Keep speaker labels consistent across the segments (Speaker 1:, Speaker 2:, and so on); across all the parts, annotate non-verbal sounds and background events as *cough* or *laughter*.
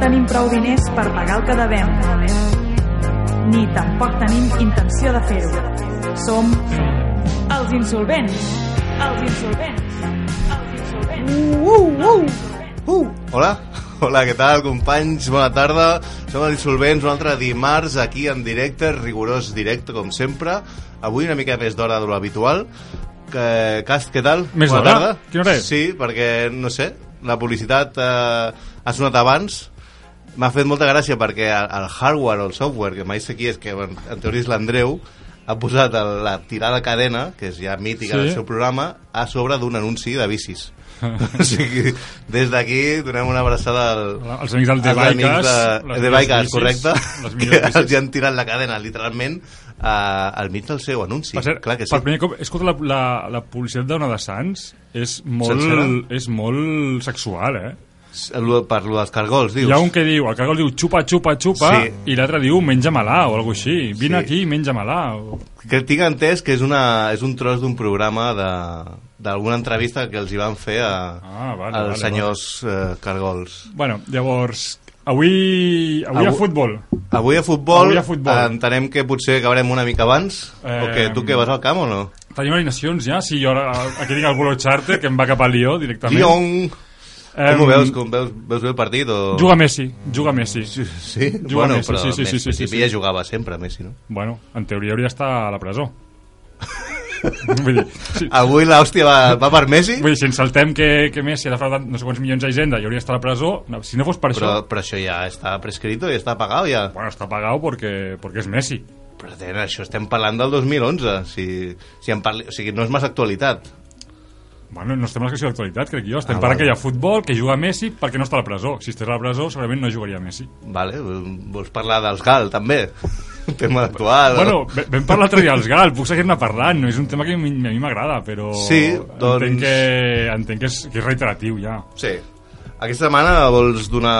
Speaker 1: tenim prou diners per pagar el que devem, ni tampoc tenim intenció de fer-ho. Som els insolvents. Els insolvents. Els insolvents.
Speaker 2: Uh, uh, uh.
Speaker 3: Hola, hola, què tal, companys? Bona tarda. Som els Insolvents, un altre dimarts aquí en directe, rigorós directe, com sempre. Avui una mica més d'hora de l'habitual. Que, Cast, què tal?
Speaker 4: Més
Speaker 3: Bona
Speaker 4: d'hora?
Speaker 3: tarda.
Speaker 4: Quina hora és?
Speaker 3: Sí, perquè, no sé, la publicitat eh, ha sonat abans. M'ha fet molta gràcia perquè el, el hardware o el software, que mai sé qui és, que en, en teoria és l'Andreu, ha posat el, la tirada cadena, que és ja mítica
Speaker 4: Sí.
Speaker 3: sí. del seu programa, a sobre d'un anunci de bicis. *laughs* o sigui, des d'aquí donem una abraçada al,
Speaker 4: La- els amics del The
Speaker 3: els amics
Speaker 4: Bikers,
Speaker 3: de-
Speaker 4: les
Speaker 3: de
Speaker 4: millors
Speaker 3: Bikers,
Speaker 4: bicis,
Speaker 3: correcte.
Speaker 4: les
Speaker 3: Que *laughs*
Speaker 4: millors bicis.
Speaker 3: els hi han tirat la cadena, literalment, a, al mig del seu anunci.
Speaker 4: Per cert,
Speaker 3: Clar que sí.
Speaker 4: per primer cop, he escoltat la, la, la publicitat d'Ona de Sants, és
Speaker 3: Sencera?
Speaker 4: molt, és molt sexual, eh?
Speaker 3: Lo- Per lo dels cargols, dius.
Speaker 4: Hi ha un que diu, el cagol diu xupa, xupa, xupa,
Speaker 3: Sí.
Speaker 4: i l'altre diu menja-me-la o alguna així. Vine
Speaker 3: Sí.
Speaker 4: aquí i menja-me-la. o-
Speaker 3: Que tinc entès que és, una, és un tros d'un programa de- d'alguna entrevista que els hi van fer a,
Speaker 4: Ah, vale,
Speaker 3: als
Speaker 4: vale,
Speaker 3: senyors eh, cargols.
Speaker 4: Bueno, llavors, avui, avui a
Speaker 3: Avui-
Speaker 4: futbol.
Speaker 3: Avui a futbol,
Speaker 4: Avui a futbol.
Speaker 3: entenem que potser acabarem una mica abans, o
Speaker 4: Eh,
Speaker 3: que tu que vas al camp o no?
Speaker 4: Tenim alineacions ja? Sí, jo ara aquí tinc el Bolo Charter, que em va cap al Lió directament.
Speaker 3: Guion!
Speaker 4: Em,
Speaker 3: Com ho veus? Com veus, veus bé el partit? O...
Speaker 4: Juga Messi, juga Messi.
Speaker 3: Sí?
Speaker 4: Juga
Speaker 3: bueno,
Speaker 4: Messi,
Speaker 3: però
Speaker 4: sí, sí,
Speaker 3: Messi,
Speaker 4: sí, sí, sí,
Speaker 3: Messi
Speaker 4: sí.
Speaker 3: ja jugava sempre, Messi, no?
Speaker 4: Bueno, en teoria hauria d'estar a la presó. Vull dir, sí,
Speaker 3: Avui l'hòstia va, va per Messi,
Speaker 4: Vull dir, si ens saltem que, que Messi ha defraudat no sé quants milions a Hisenda i hauria d'estar a la presó, no, si no fos
Speaker 3: però,
Speaker 4: per això...
Speaker 3: però això ja està prescrito i està pagat ja.
Speaker 4: Bueno, està pagat perquè, perquè és Messi.
Speaker 3: Però tenen, això estem parlant del 2011, si, si en parli, o sigui, no és massa actualitat.
Speaker 4: Bueno, no estem a la qüestió d'actualitat, crec jo. Estem
Speaker 3: Ah,
Speaker 4: ah, parlant
Speaker 3: vale.
Speaker 4: que hi ha futbol, que juga Messi, perquè no està a la presó. Si estigués a la presó, segurament no jugaria Messi.
Speaker 3: Vale, vols parlar dels GAL, també? *laughs* El tema actual.
Speaker 4: Bueno, ve- vam parlar l'altre dia als GAL, puc seguir-ne parlant, no és un tema que a mi a mi m'agrada, però
Speaker 3: Sí, doncs-
Speaker 4: entenc, que, entenc que, és, que és reiteratiu ja.
Speaker 3: Sí. Aquesta setmana vols donar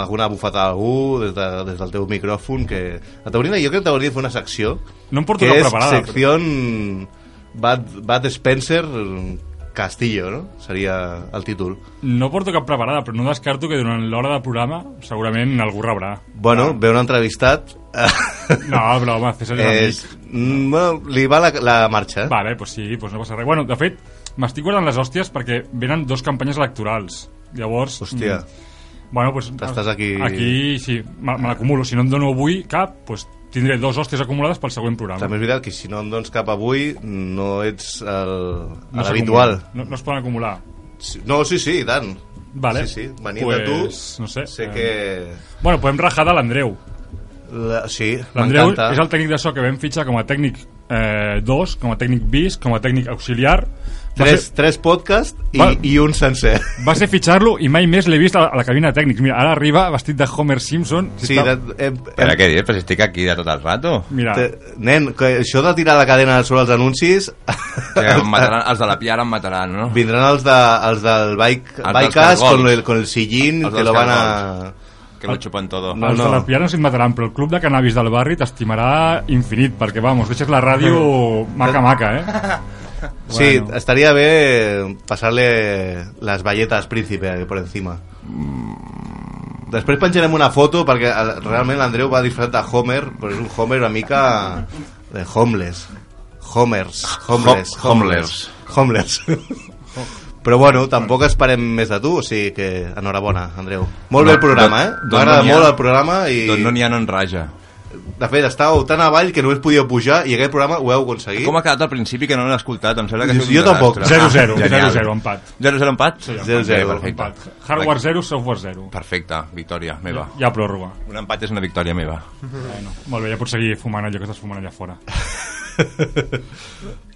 Speaker 3: alguna bufetada a algú des, de, des del teu micròfon que... A Taurina, jo crec que t'hauria de fer una secció
Speaker 4: No em porto
Speaker 3: que
Speaker 4: una
Speaker 3: és
Speaker 4: preparada, però-
Speaker 3: secció Bad, Bad Spencer Castillo, no? Seria el títol.
Speaker 4: No porto cap preparada, però no descarto que durant l'hora del programa segurament algú rebrà.
Speaker 3: Bueno,
Speaker 4: Ah.
Speaker 3: ve un
Speaker 4: *laughs*
Speaker 3: entrevistat.
Speaker 4: No, però home, fes el
Speaker 3: és, mm, bueno, li va la, la marxa.
Speaker 4: doncs. Vale, pues sí, pues no passa res. Bueno, de fet, m'estic guardant les hòsties perquè venen dos campanyes electorals. Llavors...
Speaker 3: Hòstia,
Speaker 4: mm, Bueno, pues,
Speaker 3: T'estàs aquí-
Speaker 4: Aquí, sí, me, me l'acumulo. Si no em dono avui cap, pues, tindré dos hòsties acumulades pel següent programa.
Speaker 3: també és veritat que si no em dones cap avui no ets el,
Speaker 4: No
Speaker 3: l'habitual.
Speaker 4: s'acumulen. No, no es poden acumular.
Speaker 3: Sí, No, sí, sí, i tant.
Speaker 4: Vale.
Speaker 3: Sí, sí, venint
Speaker 4: pues,
Speaker 3: de tu,
Speaker 4: No sé.
Speaker 3: sé
Speaker 4: eh,
Speaker 3: que...
Speaker 4: Bueno, podem rajar de l'Andreu.
Speaker 3: La, sí,
Speaker 4: L'Andreu
Speaker 3: m'encanta.
Speaker 4: és el tècnic de so que vam fitxar com a tècnic eh, 2, com a tècnic bis, com a tècnic auxiliar. Va
Speaker 3: Tres,
Speaker 4: ser-
Speaker 3: tres podcasts i,
Speaker 4: Va-
Speaker 3: i un sencer.
Speaker 4: Va ser fitxar-lo i mai més l'he vist a la, a la cabina de tècnics. Mira, ara arriba vestit de Homer Simpson.
Speaker 3: Sí,
Speaker 4: Sisplau.
Speaker 3: de, hem,
Speaker 5: ¿Para
Speaker 3: hem,
Speaker 5: qué dices? Pues estic aquí de tot el rato.
Speaker 4: Mira,
Speaker 3: te, nen, que això de tirar la cadena sobre els anuncis...
Speaker 5: O sigui,
Speaker 3: *laughs*
Speaker 5: em mataran, els de la Pia ara em mataran, no?
Speaker 3: Vindran els, de, els del bike,
Speaker 5: dels
Speaker 3: bikes con
Speaker 5: cargols.
Speaker 3: el, con el sillín
Speaker 5: Els
Speaker 3: que
Speaker 5: dels
Speaker 3: lo van a...
Speaker 5: cargols. Que me chupan todo.
Speaker 3: No,
Speaker 4: els
Speaker 3: no.
Speaker 4: de la piano se't mataran, però el club de cannabis del barri t'estimarà infinit, perquè, vamos, deixes la
Speaker 3: *laughs*
Speaker 4: ràdio maca-maca, eh?
Speaker 3: Sí,
Speaker 4: Bueno.
Speaker 3: estaría bien pasarle las valletas príncipe por encima.
Speaker 5: Mm.
Speaker 3: Després penjarem una foto perquè eh, realment l'Andreu va disfressat de Homer, però és un Homer una mica de homeless. Homers, homeless,
Speaker 5: Ho-
Speaker 3: homeless. Homeless. *laughs* Però bueno, tampoc esperem més de tu, o sigui que enhorabona, Andreu. Molt bé el
Speaker 5: No,
Speaker 3: programa,
Speaker 5: no,
Speaker 3: eh?
Speaker 5: doncs
Speaker 3: M'agrada
Speaker 5: no n'hi ha.
Speaker 3: molt el programa i...
Speaker 5: Doncs no n'hi ha, no en raja.
Speaker 3: De fet, estàveu tan avall que només podíeu pujar i aquest programa ho heu aconseguit.
Speaker 5: Com ha quedat al principi que no l'he escoltat? Em sembla que ha sigut
Speaker 3: Jo
Speaker 5: un
Speaker 3: tampoc.
Speaker 5: desastre.
Speaker 4: 0-0,
Speaker 5: Ah, genial.
Speaker 4: 0-0, empat.
Speaker 5: 0-0 empat? Sí,
Speaker 3: 0-0,
Speaker 4: Empat.
Speaker 5: perfecte.
Speaker 4: Hardware 0, software 0.
Speaker 5: Perfecte, victòria meva.
Speaker 4: Hi ha pròrroga.
Speaker 5: Un empat és una victòria meva.
Speaker 4: Bueno, molt bé, ja pots seguir fumant allò que estàs fumant allà fora.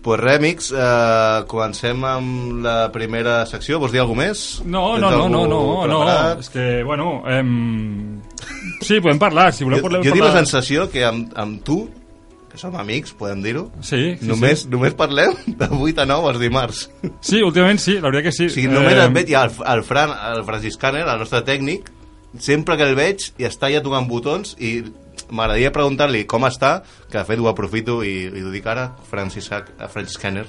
Speaker 3: Pues res, amics, eh, comencem amb la primera secció. Vols dir alguna més?
Speaker 4: No,
Speaker 3: Tens
Speaker 4: no, no,
Speaker 3: algú
Speaker 4: no, no, no.
Speaker 3: preparat?
Speaker 4: És que, bueno... Ehm... Sí, podem parlar, si voleu
Speaker 3: Jo,
Speaker 4: parlar...
Speaker 3: jo tinc la
Speaker 4: parlar-
Speaker 3: sensació que amb, amb tu, que som amics, podem dir-ho,
Speaker 4: Sí, sí,
Speaker 3: només, només parlem *laughs* de 8 a 9 els dimarts.
Speaker 4: Sí, últimament sí, la veritat que sí.
Speaker 3: O sigui, només
Speaker 4: Ehm,
Speaker 3: et veig, i el, el Fran, el Franciscaner, el nostre tècnic, sempre que el veig i està ja tocant botons i m'agradaria preguntar-li com està, que de fet ho aprofito i, i ho dic ara, Francis, Hac- a French Scanner.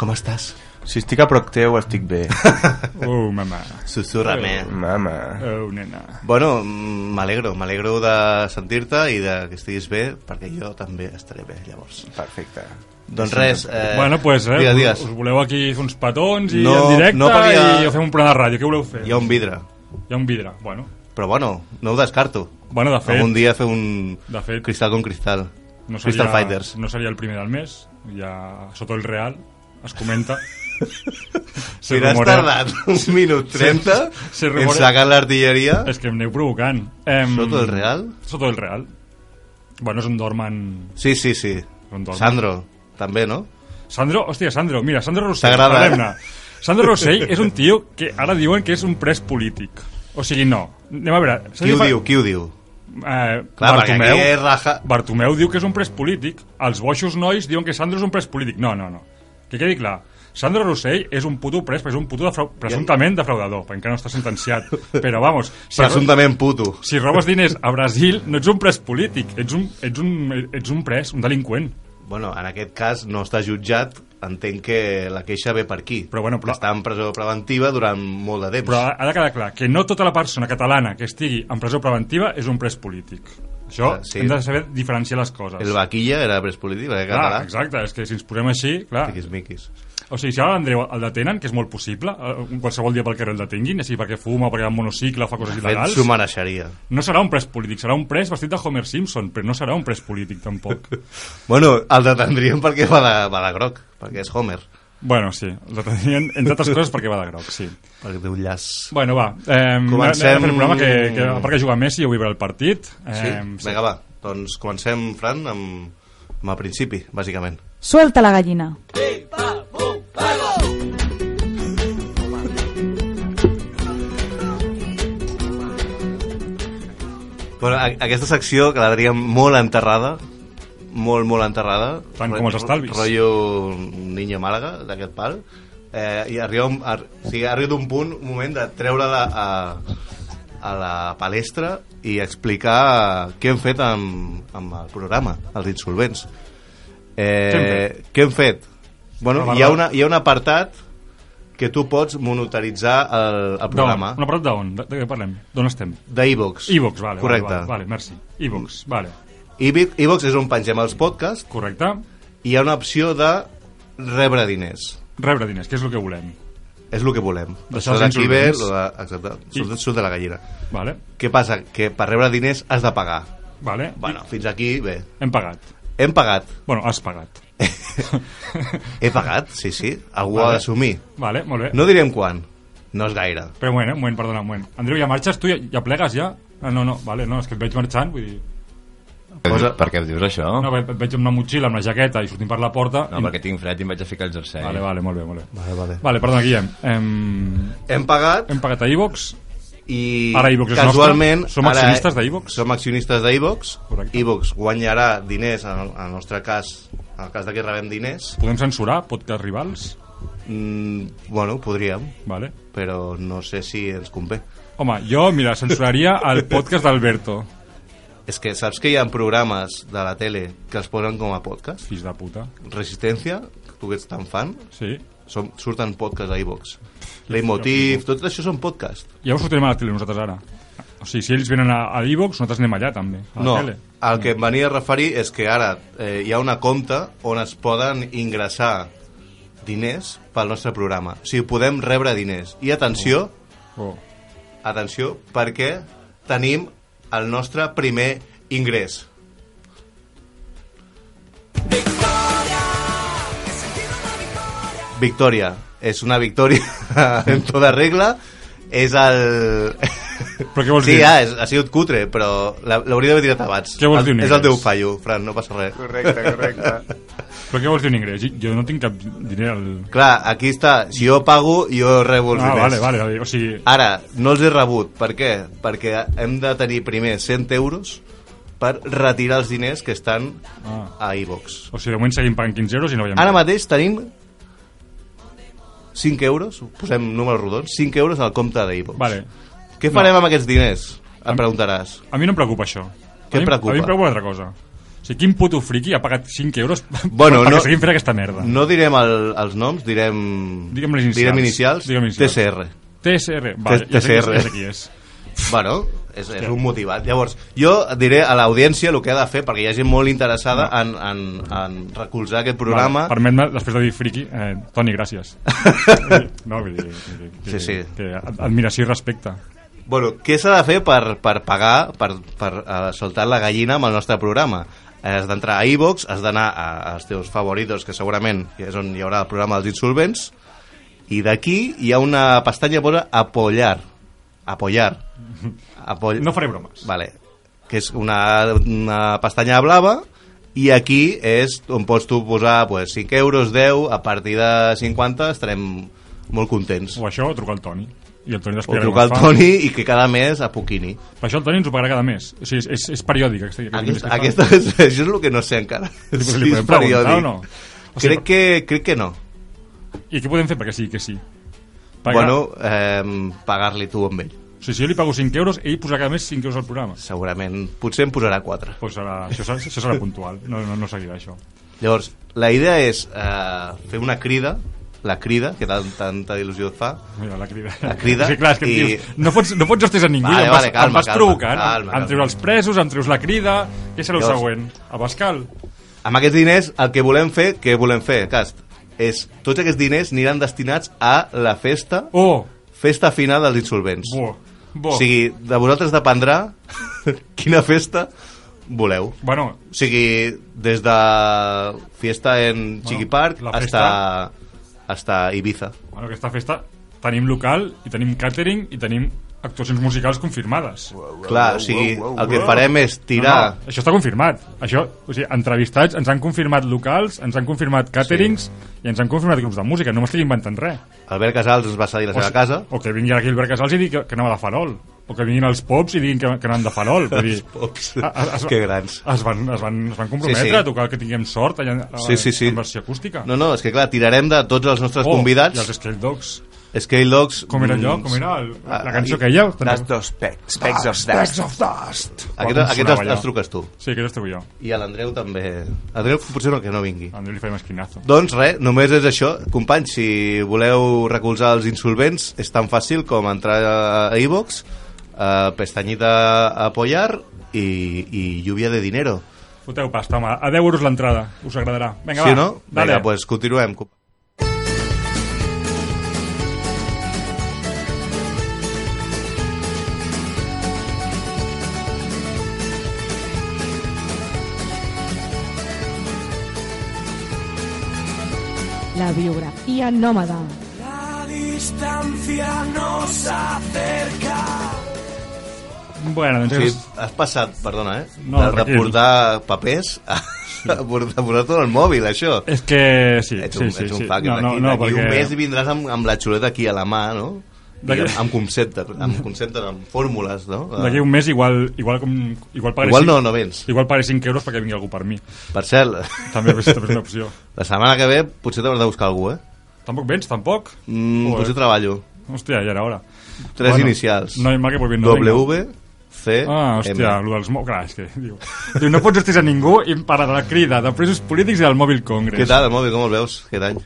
Speaker 3: Com estàs?
Speaker 6: Si estic a prop teu, estic bé.
Speaker 4: Oh, mama.
Speaker 3: Susurra-me. Ah.
Speaker 6: Mama.
Speaker 4: Oh, nena.
Speaker 3: Bueno, mm, m'alegro, m'alegro de sentir-te i de que estiguis bé, perquè jo també estaré bé, llavors.
Speaker 6: Perfecte.
Speaker 3: Doncs res... Eh,
Speaker 4: bueno, pues, eh,
Speaker 3: Digues,
Speaker 4: us-
Speaker 3: digues.
Speaker 4: us voleu aquí fer uns petons i
Speaker 3: No-
Speaker 4: en directe
Speaker 3: no perquè-
Speaker 4: i fem un programa de ràdio. Què voleu fer?
Speaker 3: Hi ha un vidre.
Speaker 4: Hi ha un vidre. Bueno,
Speaker 3: Però bueno, no ho descarto.
Speaker 4: bueno de fet,
Speaker 3: Algun dia fer un
Speaker 4: De fet.
Speaker 3: cristal con cristal.
Speaker 4: no seria,
Speaker 3: Crystal Fighters.
Speaker 4: no seria el primer del mes, ja sota el real,
Speaker 3: *laughs*
Speaker 4: es comenta. Se
Speaker 3: Mira, has
Speaker 4: rumorea-
Speaker 3: tardat
Speaker 4: *laughs*
Speaker 3: un minut 30
Speaker 4: se
Speaker 3: en
Speaker 4: rumorea-
Speaker 3: sacar l'artilleria.
Speaker 4: És que em aneu provocant. Em...
Speaker 3: Soto el Real?
Speaker 4: Soto el real. Bueno, és un Dorman...
Speaker 3: Sí, sí, sí.
Speaker 4: Un dorm.
Speaker 3: Sandro, també, no?
Speaker 4: Sandro, hòstia, Sandro, mira, Sandro Rossell,
Speaker 3: T'agrada, eh?
Speaker 4: parlem-ne. Sandro Rossell és un tio que ara diuen que és un pres polític. O sigui, no. Anem a veure.
Speaker 3: Qui ho diu? Qui ho diu?
Speaker 4: Eh,
Speaker 3: Clar, perquè
Speaker 4: Bartomeu,
Speaker 3: aquí és raja...
Speaker 4: Bartomeu diu que és un pres polític, els boixos nois diuen que Sandro és un pres polític. No, no, no. Que quedi clar, Sandro Rossell és un puto pres, però és un puto defrau presumptament defraudador, perquè encara no està sentenciat. Però, vamos, si,
Speaker 3: Presumptament puto.
Speaker 4: si robes diners a Brasil, no ets un pres polític, ets un, ets un, ets un pres, un delinqüent.
Speaker 3: Bueno, en aquest cas no està jutjat, entenc que la queixa ve per aquí.
Speaker 4: Però bueno, però-
Speaker 3: Està en presó preventiva durant molt de temps.
Speaker 4: Però ha ha de quedar clar que no tota la persona catalana que estigui en presó preventiva és un pres polític. Això
Speaker 3: Ah, sí.
Speaker 4: hem de saber diferenciar les coses.
Speaker 3: El vaquilla era pres polític, perquè
Speaker 4: clar,
Speaker 3: català...
Speaker 4: exacte, és que si ens posem així, clar...
Speaker 3: Tiquismiquis.
Speaker 4: O sigui, si ara l'Andreu el detenen, que és molt possible, eh, qualsevol dia pel carrer el detinguin, així perquè fuma, perquè va en monocicle, fa coses
Speaker 3: De fet,
Speaker 4: il·legals,
Speaker 3: s'ho mereixeria.
Speaker 4: no serà un pres polític, serà un pres vestit de Homer Simpson, però no serà un pres polític,
Speaker 3: *laughs*
Speaker 4: tampoc.
Speaker 3: Bueno, el detendríem perquè va de, va de groc, perquè és Homer,
Speaker 4: bueno, sí, el detenien, entre altres coses, perquè va de groc, sí.
Speaker 3: perquè té un llaç...
Speaker 4: Bueno, va, eh,
Speaker 3: Comencem-
Speaker 4: anem a fer el programa que, que a part que juga Messi, jo vull veure el partit.
Speaker 3: Sí?
Speaker 4: Eh,
Speaker 3: Vinga, va. Doncs comencem, Fran, amb, amb el principi, bàsicament.
Speaker 1: Suelta la gallina.
Speaker 3: Bueno, a- aquesta secció quedaria molt enterrada, molt, molt enterrada.
Speaker 4: Tant
Speaker 3: Ro-
Speaker 4: com els estalvis.
Speaker 3: Rotllo Niño Màlaga, d'aquest pal. Eh, I arriba, un- ar, o sigui, arriba d'un punt, un moment de treure-la a, a la palestra i explicar què hem fet amb, amb el programa, els insolvents.
Speaker 4: Què hem
Speaker 3: Eh, què hem fet? Bueno, hi ha, una, hi ha un apartat que tu pots monetaritzar el, el programa.
Speaker 4: D'on? Un apartat d'on? De, de què parlem? D'on estem?
Speaker 3: D'Evox.
Speaker 4: Evox, vale,
Speaker 3: Correcte.
Speaker 4: vale, vale, vale, merci. Evox, vale,
Speaker 3: Ibi- iVox és on pengem els podcasts
Speaker 4: correcte.
Speaker 3: i hi ha una opció de rebre diners.
Speaker 4: Rebre diners, que és el que volem.
Speaker 3: És el que volem.
Speaker 4: Deixar els
Speaker 3: d'aquí ve...
Speaker 4: insolvents.
Speaker 3: lo de- Exacte, surt, surt de la gallina.
Speaker 4: Vale,
Speaker 3: Què passa? Que per rebre diners has de pagar.
Speaker 4: vale.
Speaker 3: Bueno, fins aquí, bé.
Speaker 4: Hem pagat.
Speaker 3: Hem pagat.
Speaker 4: Bueno, has pagat.
Speaker 3: He pagat, sí, sí. Algú ha
Speaker 4: Vale.
Speaker 3: d'assumir.
Speaker 4: Vale, molt bé. No.
Speaker 3: No direm quan. No és gaire.
Speaker 4: Però un moment, eh? un moment, perdona, un moment. Andreu, ja marxes tu? Ja, ja plegues, ja? Ah, no, no, vale, no, és que et veig marxant, vull dir...
Speaker 3: Posa-
Speaker 5: Per què dius això?
Speaker 4: No,
Speaker 5: No,
Speaker 4: ve- et veig amb una motxilla, amb la jaqueta i sortim per la porta... i...
Speaker 5: perquè tinc fred i em vaig a ficar el jersei.
Speaker 4: Vale, vale, molt bé, molt bé.
Speaker 3: Vale, vale.
Speaker 4: Vale, perdona, Guillem. Hem,
Speaker 3: Hem pagat
Speaker 4: hem pagat a Evox,
Speaker 3: i
Speaker 4: Ara iVox és
Speaker 3: casualment...
Speaker 4: nostre. Som accionistes d'Ivox.
Speaker 3: Som accionistes d'Ivox.
Speaker 4: Correcte.
Speaker 3: Ivox guanyarà diners, en, en el nostre cas, en el cas de que rebem diners.
Speaker 4: podem censurar podcast rivals,
Speaker 3: Mm, bueno, podríem,
Speaker 4: vale?
Speaker 3: però no sé si ens convé.
Speaker 4: Home, jo, mira, censuraria el podcast d'Alberto.
Speaker 3: És que saps que hi ha programes de la tele que es posen com a podcast?
Speaker 4: Fills de puta.
Speaker 3: Resistència, tu que ets tan fan,
Speaker 4: Sí.
Speaker 3: som, surten podcasts a iVox. Leitmotiv, tot això són podcast.
Speaker 4: Ja ho sortirem a la tele nosaltres ara. O sigui, si ells venen a, a Evox, nosaltres anem allà també, a la
Speaker 3: No,
Speaker 4: tele. Mm.
Speaker 3: el que em venia a referir és que ara eh, hi ha una compta on es poden ingressar diners pel nostre programa. O sigui, podem rebre diners. I atenció,
Speaker 4: Oh.
Speaker 3: atenció, perquè tenim el nostre primer ingrés. Victòria. És una victòria *laughs* en tota regla. És el...
Speaker 4: Però què vols
Speaker 3: sí,
Speaker 4: dir?
Speaker 3: ja, és, ha sigut cutre, però la- l'hauria d'haver tirat abans.
Speaker 4: Què vols dir,
Speaker 3: El-
Speaker 4: un
Speaker 3: És el
Speaker 4: ingrés?
Speaker 3: teu fallo, Fran, no passa res.
Speaker 6: Correcte, correcte.
Speaker 4: Però què vols dir un ingrés? Jo- Jo no tinc cap diner al...
Speaker 3: Clar, aquí està. Si jo pago, jo rebo els
Speaker 4: Ah,
Speaker 3: diners.
Speaker 4: vale, vale, vale. O sigui,
Speaker 3: Ara, no els he rebut. Per què? Perquè hem de tenir primer 100 euros per retirar els diners que estan
Speaker 4: Ah.
Speaker 3: a iVox.
Speaker 4: o sigui, de moment seguim pagant 15 euros i no veiem
Speaker 3: Ara mateix tenim 5 euros, posem números rodons, 5 euros al compte d'iVox.
Speaker 4: Vale.
Speaker 3: Què farem amb aquests diners? Em preguntaràs.
Speaker 4: A mi no em preocupa això.
Speaker 3: Què
Speaker 4: a mi,
Speaker 3: et preocupa?
Speaker 4: A mi em preocupa una altra cosa. O sigui, quin puto friqui ha pagat 5 euros
Speaker 3: Bueno,
Speaker 4: *laughs* perquè
Speaker 3: no-
Speaker 4: seguim fent aquesta merda?
Speaker 3: No direm el, els noms, direm...
Speaker 4: Diguem les inicials.
Speaker 3: Direm inicials.
Speaker 4: Diguem inicials.
Speaker 3: TCR.
Speaker 4: TSR. Va,
Speaker 3: T-
Speaker 4: ja sé qui és,
Speaker 3: TSR.
Speaker 4: ja sé qui és.
Speaker 3: Bueno, és, és un motivat. Llavors, jo diré a l'audiència el que ha de fer, perquè hi ha gent molt interessada en, en, en recolzar aquest programa.
Speaker 4: Vale, Permet-me, després de dir friki, eh, Toni,
Speaker 3: *laughs*
Speaker 4: gràcies. no, vull dir, vull dir que,
Speaker 3: Sí, sí.
Speaker 4: que ad- admiració i respecte.
Speaker 3: Bueno, què s'ha de fer per, per pagar, per, per uh, soltar la gallina amb el nostre programa? Eh, Has d'entrar a iVox, has d'anar a- als teus favoritos, que segurament és on hi haurà el programa dels insolvents, i d'aquí hi ha una pestanya que posa apoyar. Apoyar. Apoll...
Speaker 4: No faré bromes.
Speaker 3: Vale. Que és una, una pestanya blava i aquí és on pots tu posar pues, 5 euros, 10, a partir de 50 estarem molt contents.
Speaker 4: O això, o trucar al Toni. I el Toni
Speaker 3: O
Speaker 4: t'explicarà
Speaker 3: trucar al
Speaker 4: com es fa.
Speaker 3: Toni i que cada mes a Poquini.
Speaker 4: Per això el Toni ens ho pagarà cada mes. O sigui, és, és, és periòdic. Aquesta,
Speaker 3: Aquesta, aquesta és, *laughs* això és el que no sé encara.
Speaker 4: li
Speaker 3: Si
Speaker 4: podem
Speaker 3: és
Speaker 4: preguntar
Speaker 3: periòdic.
Speaker 4: o no? O sigui,
Speaker 3: crec, que, crec que no.
Speaker 4: I què podem fer perquè sí, que sí? Pagar,
Speaker 3: Bueno,
Speaker 4: bueno...
Speaker 3: eh, pagar-li tu amb ell,
Speaker 4: O sigui, si jo li pago 5 euros, ell posarà cada mes 5 euros al programa.
Speaker 3: segurament. Potser em posarà 4.
Speaker 4: Pues serà, això, serà, això serà puntual, no, no, no seguirà això.
Speaker 3: Llavors, la idea és eh, fer una crida, la crida, que tan, tanta il·lusió et fa.
Speaker 4: Mira, la crida.
Speaker 3: La crida
Speaker 4: Sí, clar, és que
Speaker 3: i-
Speaker 4: i... dius, no fots, no fots hòsties a ningú,
Speaker 3: Vale,
Speaker 4: em vas,
Speaker 3: vale, calma,
Speaker 4: em vas
Speaker 3: calma,
Speaker 4: provocant.
Speaker 3: calma, calma.
Speaker 4: Em treus els presos, em treus la crida... Què serà el
Speaker 3: Llavors-
Speaker 4: següent? Abascal?
Speaker 3: Amb aquests diners, el que volem fer, què volem fer, Cast? És, tots aquests diners aniran destinats a la festa,
Speaker 4: Oh,
Speaker 3: festa final dels insolvents.
Speaker 4: bo, bo.
Speaker 3: O sigui, de vosaltres dependrà *laughs* quina festa voleu.
Speaker 4: Bueno,
Speaker 3: O sigui, des de fiesta en Chiqui Park
Speaker 4: la
Speaker 3: hasta, hasta Ibiza.
Speaker 4: bueno, aquesta festa tenim local i tenim catering i tenim actuacions musicals confirmades.
Speaker 3: Clar, o sigui, el que farem és tirar...
Speaker 4: No, no, això està confirmat. Això, o sigui, entrevistats, ens han confirmat locals, ens han confirmat caterings i ens han confirmat grups de música. No m'estic inventant res.
Speaker 3: Albert Casals ens va cedir la
Speaker 4: O
Speaker 3: seva
Speaker 4: si-
Speaker 3: casa.
Speaker 4: O que vingui aquí Albert Casals i digui que, que anava de farol. O que vinguin els pops i diguin que, que anàvem de farol.
Speaker 3: *laughs*
Speaker 4: Vull dir,
Speaker 3: Pops.
Speaker 4: a- a- es-
Speaker 3: Que grans.
Speaker 4: Es van, es van, es van comprometre
Speaker 3: Sí, sí.
Speaker 4: a tocar que tinguem sort allà a,
Speaker 3: Sí, sí, sí.
Speaker 4: en versió acústica.
Speaker 3: No, no, és que clar, tirarem de tots els nostres
Speaker 4: Oh, I
Speaker 3: convidats.
Speaker 4: els Scale Dogs.
Speaker 3: Scale Dogs...
Speaker 4: Com era allò?
Speaker 3: mm,
Speaker 4: Com era el, la,
Speaker 3: ah,
Speaker 4: la cançó
Speaker 3: i-
Speaker 4: que hi ha?
Speaker 6: Das dos pecs. Pecs of das.
Speaker 4: of Dust.
Speaker 3: Aquest, aquest els, els truques tu.
Speaker 4: Sí, aquest els truco jo.
Speaker 3: I a l'Andreu també. Andreu potser no, que no vingui.
Speaker 4: A Andreu li farem esquinazo.
Speaker 3: Doncs res, només és això. Companys, si voleu recolzar els insolvents, és tan fàcil com entrar a iVox, eh, pestanyita a apoyar i, i lluvia de dinero.
Speaker 4: Foteu pasta, home. A 10 euros l'entrada. Us agradarà. Vinga,
Speaker 3: si
Speaker 4: va.
Speaker 3: no,
Speaker 4: Dale.
Speaker 3: vinga, pues continuem.
Speaker 2: La biografía nómada.
Speaker 4: Bueno, doncs...
Speaker 3: Sí,
Speaker 4: és-
Speaker 3: has passat, perdona, eh?
Speaker 4: No,
Speaker 3: de, de
Speaker 4: tranquil.
Speaker 3: portar papers a, a portar, a portar tot el mòbil, això.
Speaker 4: És que sí,
Speaker 3: Ets
Speaker 4: sí,
Speaker 3: un,
Speaker 4: sí,
Speaker 3: ets
Speaker 4: sí.
Speaker 3: un fucker.
Speaker 4: no, no,
Speaker 3: d'aquí-
Speaker 4: no,
Speaker 3: d'aquí un mes
Speaker 4: perquè...
Speaker 3: vindràs amb, amb la xuleta aquí a la mà, no? I
Speaker 4: D'aquí-
Speaker 3: amb, amb conceptes, amb conceptes, amb fórmules, no?
Speaker 4: D'aquí un mes igual, igual, com, igual pagaré
Speaker 3: Igual
Speaker 4: cinc-
Speaker 3: no, no vens.
Speaker 4: Igual pagaré 5 euros perquè vingui algú per mi.
Speaker 3: Per cert,
Speaker 4: També, també és una
Speaker 3: *laughs*
Speaker 4: opció.
Speaker 3: la setmana que ve potser t'hauràs de buscar algú, eh?
Speaker 4: Tampoc vens, tampoc?
Speaker 3: Mm,
Speaker 4: Joder.
Speaker 3: pues yo trabajo.
Speaker 4: Hòstia, ja era hora.
Speaker 3: Tres inicials.
Speaker 4: No hi ha mà que vol no tinc.
Speaker 3: W, C,
Speaker 4: Ah, hòstia,
Speaker 3: M.
Speaker 4: el dels mòbils... Clar, és que... Diu, diu no pots hòsties a ningú i para la crida de presos polítics i del mòbil congrés.
Speaker 3: Què tal, el mòbil? Com el veus? Què any?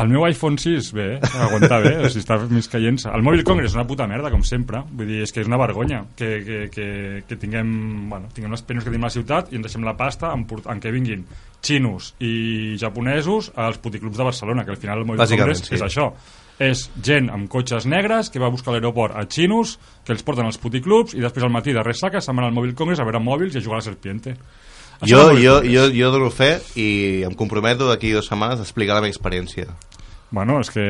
Speaker 4: El meu iPhone 6, bé, eh? aguanta bé, o sigui, està més caient El mòbil Congress és una puta merda, com sempre. Vull dir, és que és una vergonya que, que, que, que tinguem, bueno, tinguem les penes que tenim a la ciutat i ens deixem la pasta en, port- en què vinguin xinos i japonesos als puticlubs de Barcelona, que al final el mòbil
Speaker 3: Bàsicament,
Speaker 4: Congress
Speaker 3: sí.
Speaker 4: és això. És gent amb cotxes negres que va a buscar a l'aeroport a xinos, que els porten als puticlubs i després al matí de ressaca se'n van al mòbil Congress a veure mòbils i a jugar a la serpiente. Això és
Speaker 3: Jo,
Speaker 4: el mòbil
Speaker 3: jo,
Speaker 4: Congress.
Speaker 3: jo, jo dono fe i em comprometo d'aquí dues setmanes a explicar la meva experiència.
Speaker 4: Bueno, és que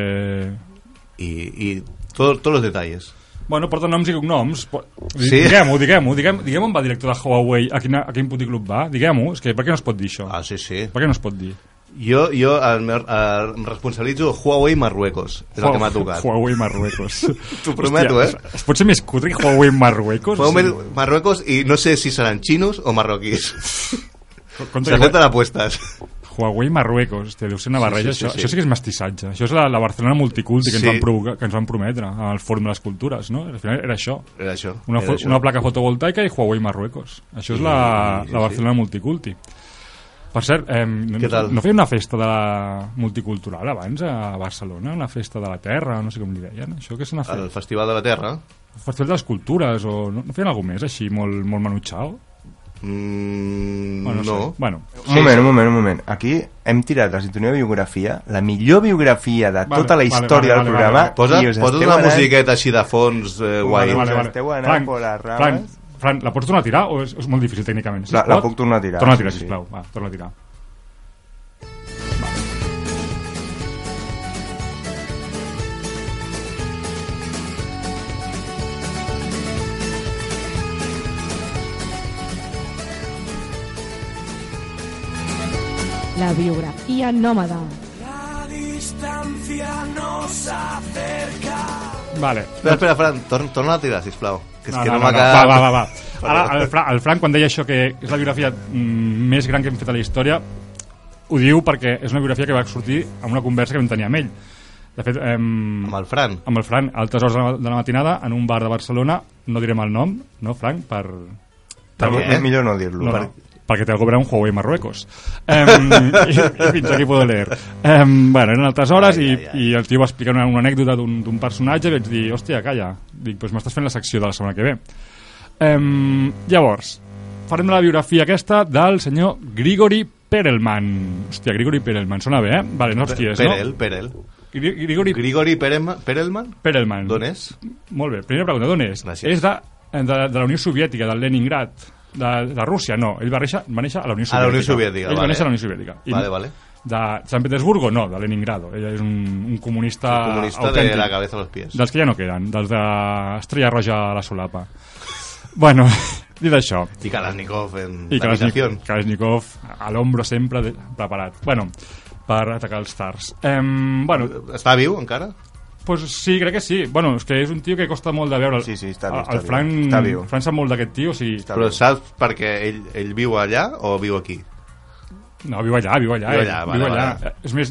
Speaker 3: I, i tot, tots els detalls.
Speaker 4: Bueno, porta noms i cognoms. Po-
Speaker 3: Sí.
Speaker 4: Diguem-ho, diguem-ho. Diguem, diguem on va el director de Huawei, a, quina, a quin puticlub va. Diguem-ho. És que per què no es pot dir això?
Speaker 3: Ah, sí, sí.
Speaker 4: Per què no es pot dir?
Speaker 3: Jo, jo el meu, eh, em responsabilitzo de Huawei Marruecos. És el que m'ha tocat.
Speaker 4: Huawei Marruecos.
Speaker 3: T'ho *laughs* prometo,
Speaker 4: Hòstia,
Speaker 3: eh?
Speaker 4: es- Es pot ser més cutre que Huawei Marruecos?
Speaker 3: Huawei Marruecos i no sé si seran xinos o marroquís.
Speaker 4: Compte
Speaker 3: S'ha
Speaker 4: que,
Speaker 3: fet apostes.
Speaker 4: Huawei Marruecos. Hòstia, deu ser una
Speaker 3: Sí,
Speaker 4: barreja.
Speaker 3: sí, sí,
Speaker 4: això,
Speaker 3: sí.
Speaker 4: això sí que és mestissatge. Això és la, la Barcelona multiculti que,
Speaker 3: Sí.
Speaker 4: ens van provocar, que ens van prometre al Fòrum de les Cultures, no? Al final era això.
Speaker 3: Era això.
Speaker 4: Una,
Speaker 3: era
Speaker 4: fo-
Speaker 3: això.
Speaker 4: una placa fotovoltaica i Huawei Marruecos. Això és la,
Speaker 3: I- sí,
Speaker 4: la
Speaker 3: sí.
Speaker 4: Barcelona multiculti. Per cert, eh, no,
Speaker 3: Què tal?
Speaker 4: no feia una festa de la multicultural abans a Barcelona? Una festa de la Terra, no sé com li deien. Això que és una
Speaker 3: El
Speaker 4: festa...
Speaker 3: Festival de la Terra.
Speaker 4: Festival de les Cultures o... No, no feien alguna més així, molt, molt manutxau?
Speaker 3: Mm,
Speaker 4: O no.
Speaker 3: no.
Speaker 4: Sé. Bueno,
Speaker 6: Un moment, un moment, un moment. Aquí hem tirat la sintonia de biografia, la millor biografia de
Speaker 4: Vale,
Speaker 6: tota la
Speaker 4: vale,
Speaker 6: història
Speaker 4: vale,
Speaker 6: del
Speaker 4: vale,
Speaker 6: programa.
Speaker 4: vale.
Speaker 3: Posa,
Speaker 6: i us
Speaker 3: posa
Speaker 6: esteu
Speaker 3: una
Speaker 6: anant-
Speaker 3: musiqueta així de fons eh, guai.
Speaker 4: Vale, vale, vale.
Speaker 6: Esteu anant
Speaker 4: Frank,
Speaker 6: por las ramas.
Speaker 4: Frank, Frank, la pots tornar a tirar o és, és molt difícil tècnicament? Si
Speaker 6: La-
Speaker 4: es
Speaker 6: la
Speaker 4: pot,
Speaker 6: puc tornar a tirar,
Speaker 4: Torna a tirar,
Speaker 6: sí, sí.
Speaker 4: sisplau. Va, torna a tirar.
Speaker 2: La biografía nómada.
Speaker 4: Vale.
Speaker 3: Espera, espera, Fran, torn, torna a tirar, sisplau. Que és que no, m'ha
Speaker 4: Va,
Speaker 3: quedat...
Speaker 4: va, va, va. Ara, el, Fra, el Frank, quan deia això que és la biografia mm, més gran que hem fet a la història, ho diu perquè és una biografia que va sortir en una conversa que vam tenir amb ell. De fet, em,
Speaker 3: Amb el Fran.
Speaker 4: amb el Fran, a altes hores de la- de la matinada, en un bar de Barcelona, no direm el nom, no, Frank, per...
Speaker 3: També,
Speaker 6: També,
Speaker 3: eh?
Speaker 6: Millor no dir-lo.
Speaker 4: No,
Speaker 6: Per-
Speaker 4: no, perquè té el govern un Huawei Marruecos. Um, *laughs* i, i fins aquí puedo leer. Um, bueno, eren altres hores
Speaker 3: Ai,
Speaker 4: i,
Speaker 3: ai, ai.
Speaker 4: i el tio va explicar una, una anècdota d'un d'un personatge i vaig dir, hòstia, calla, dic, doncs m'estàs fent la secció de la setmana que ve. Um, llavors, farem la biografia aquesta del senyor Grigori Perelman. Hòstia, Grigori Perelman, sona bé, eh? Vale, no hòsties,
Speaker 3: Perel,
Speaker 4: no?
Speaker 3: Perel.
Speaker 4: Gri- Grigori
Speaker 3: Grigori Perema- Perelman?
Speaker 4: Perelman.
Speaker 3: D'on és?
Speaker 4: Molt bé, primera pregunta, d'on és?
Speaker 3: Gràcies.
Speaker 4: És de, de, de la Unió Soviètica, del Leningrad, de, de Rússia, no. Ell va néixer, va néixer a la Unió
Speaker 3: A
Speaker 4: Soviètica.
Speaker 3: la Unió Soviètica,
Speaker 4: Ell
Speaker 3: vale.
Speaker 4: va néixer a la Unió Soviètica.
Speaker 3: Vale, vale.
Speaker 4: De Sant Petersburgo, no, de Leningrado. Ell és un, un comunista,
Speaker 3: Comunista Ah,
Speaker 4: autèntic.
Speaker 3: de la cabeza a los pies.
Speaker 4: Dels que ja no queden, dels d'Estrella Roja a la solapa. bueno, *laughs* dit això,
Speaker 3: I Kalashnikov en
Speaker 4: i
Speaker 3: habitació.
Speaker 4: Kalashnikov, Kalashnikov a l'ombro sempre de, preparat. Bueno, per atacar els tars. Em, bueno,
Speaker 3: Està viu encara?
Speaker 4: Pues sí, crec que sí. Bueno, és que és un tio que costa molt de veure.
Speaker 6: Sí, sí, està viu,
Speaker 4: El-
Speaker 6: està
Speaker 4: El
Speaker 6: viu.
Speaker 4: Frank,
Speaker 6: Està viu.
Speaker 4: Frank sap molt d'aquest tio, o sigui...
Speaker 6: Està-
Speaker 3: Però
Speaker 6: viu.
Speaker 3: saps perquè ell, ell viu allà o viu aquí?
Speaker 4: No, viu allà, viu allà.
Speaker 3: Viu
Speaker 4: eh?
Speaker 3: allà, vale,
Speaker 4: viu allà.
Speaker 3: vale.
Speaker 4: Eh, És més,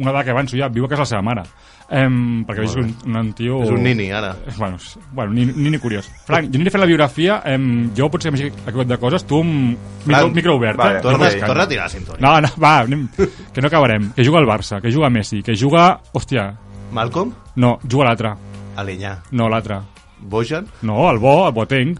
Speaker 4: una dada que avanço ja, viu a casa la seva mare. Em, perquè veig que un, un tio... Eh,
Speaker 3: És un nini, ara.
Speaker 4: Bueno, és- bueno nini, nini curiós. Frank, jo aniré fent la biografia, em, jo potser que m'he equivocat de coses, tu amb micro,
Speaker 3: Frank,
Speaker 4: micro obert,
Speaker 6: vale,
Speaker 4: eh?
Speaker 3: Torna,
Speaker 6: sí.
Speaker 3: torna a tirar la sintonia.
Speaker 4: No, no, va, anem, que no acabarem. Que juga el Barça, que juga Messi, que juga... Hòstia,
Speaker 3: Malcolm?
Speaker 4: no, juga l'altre.
Speaker 3: Alenyà.
Speaker 4: No, l'altre.
Speaker 3: Bojan?
Speaker 4: No, el bo, el Boateng.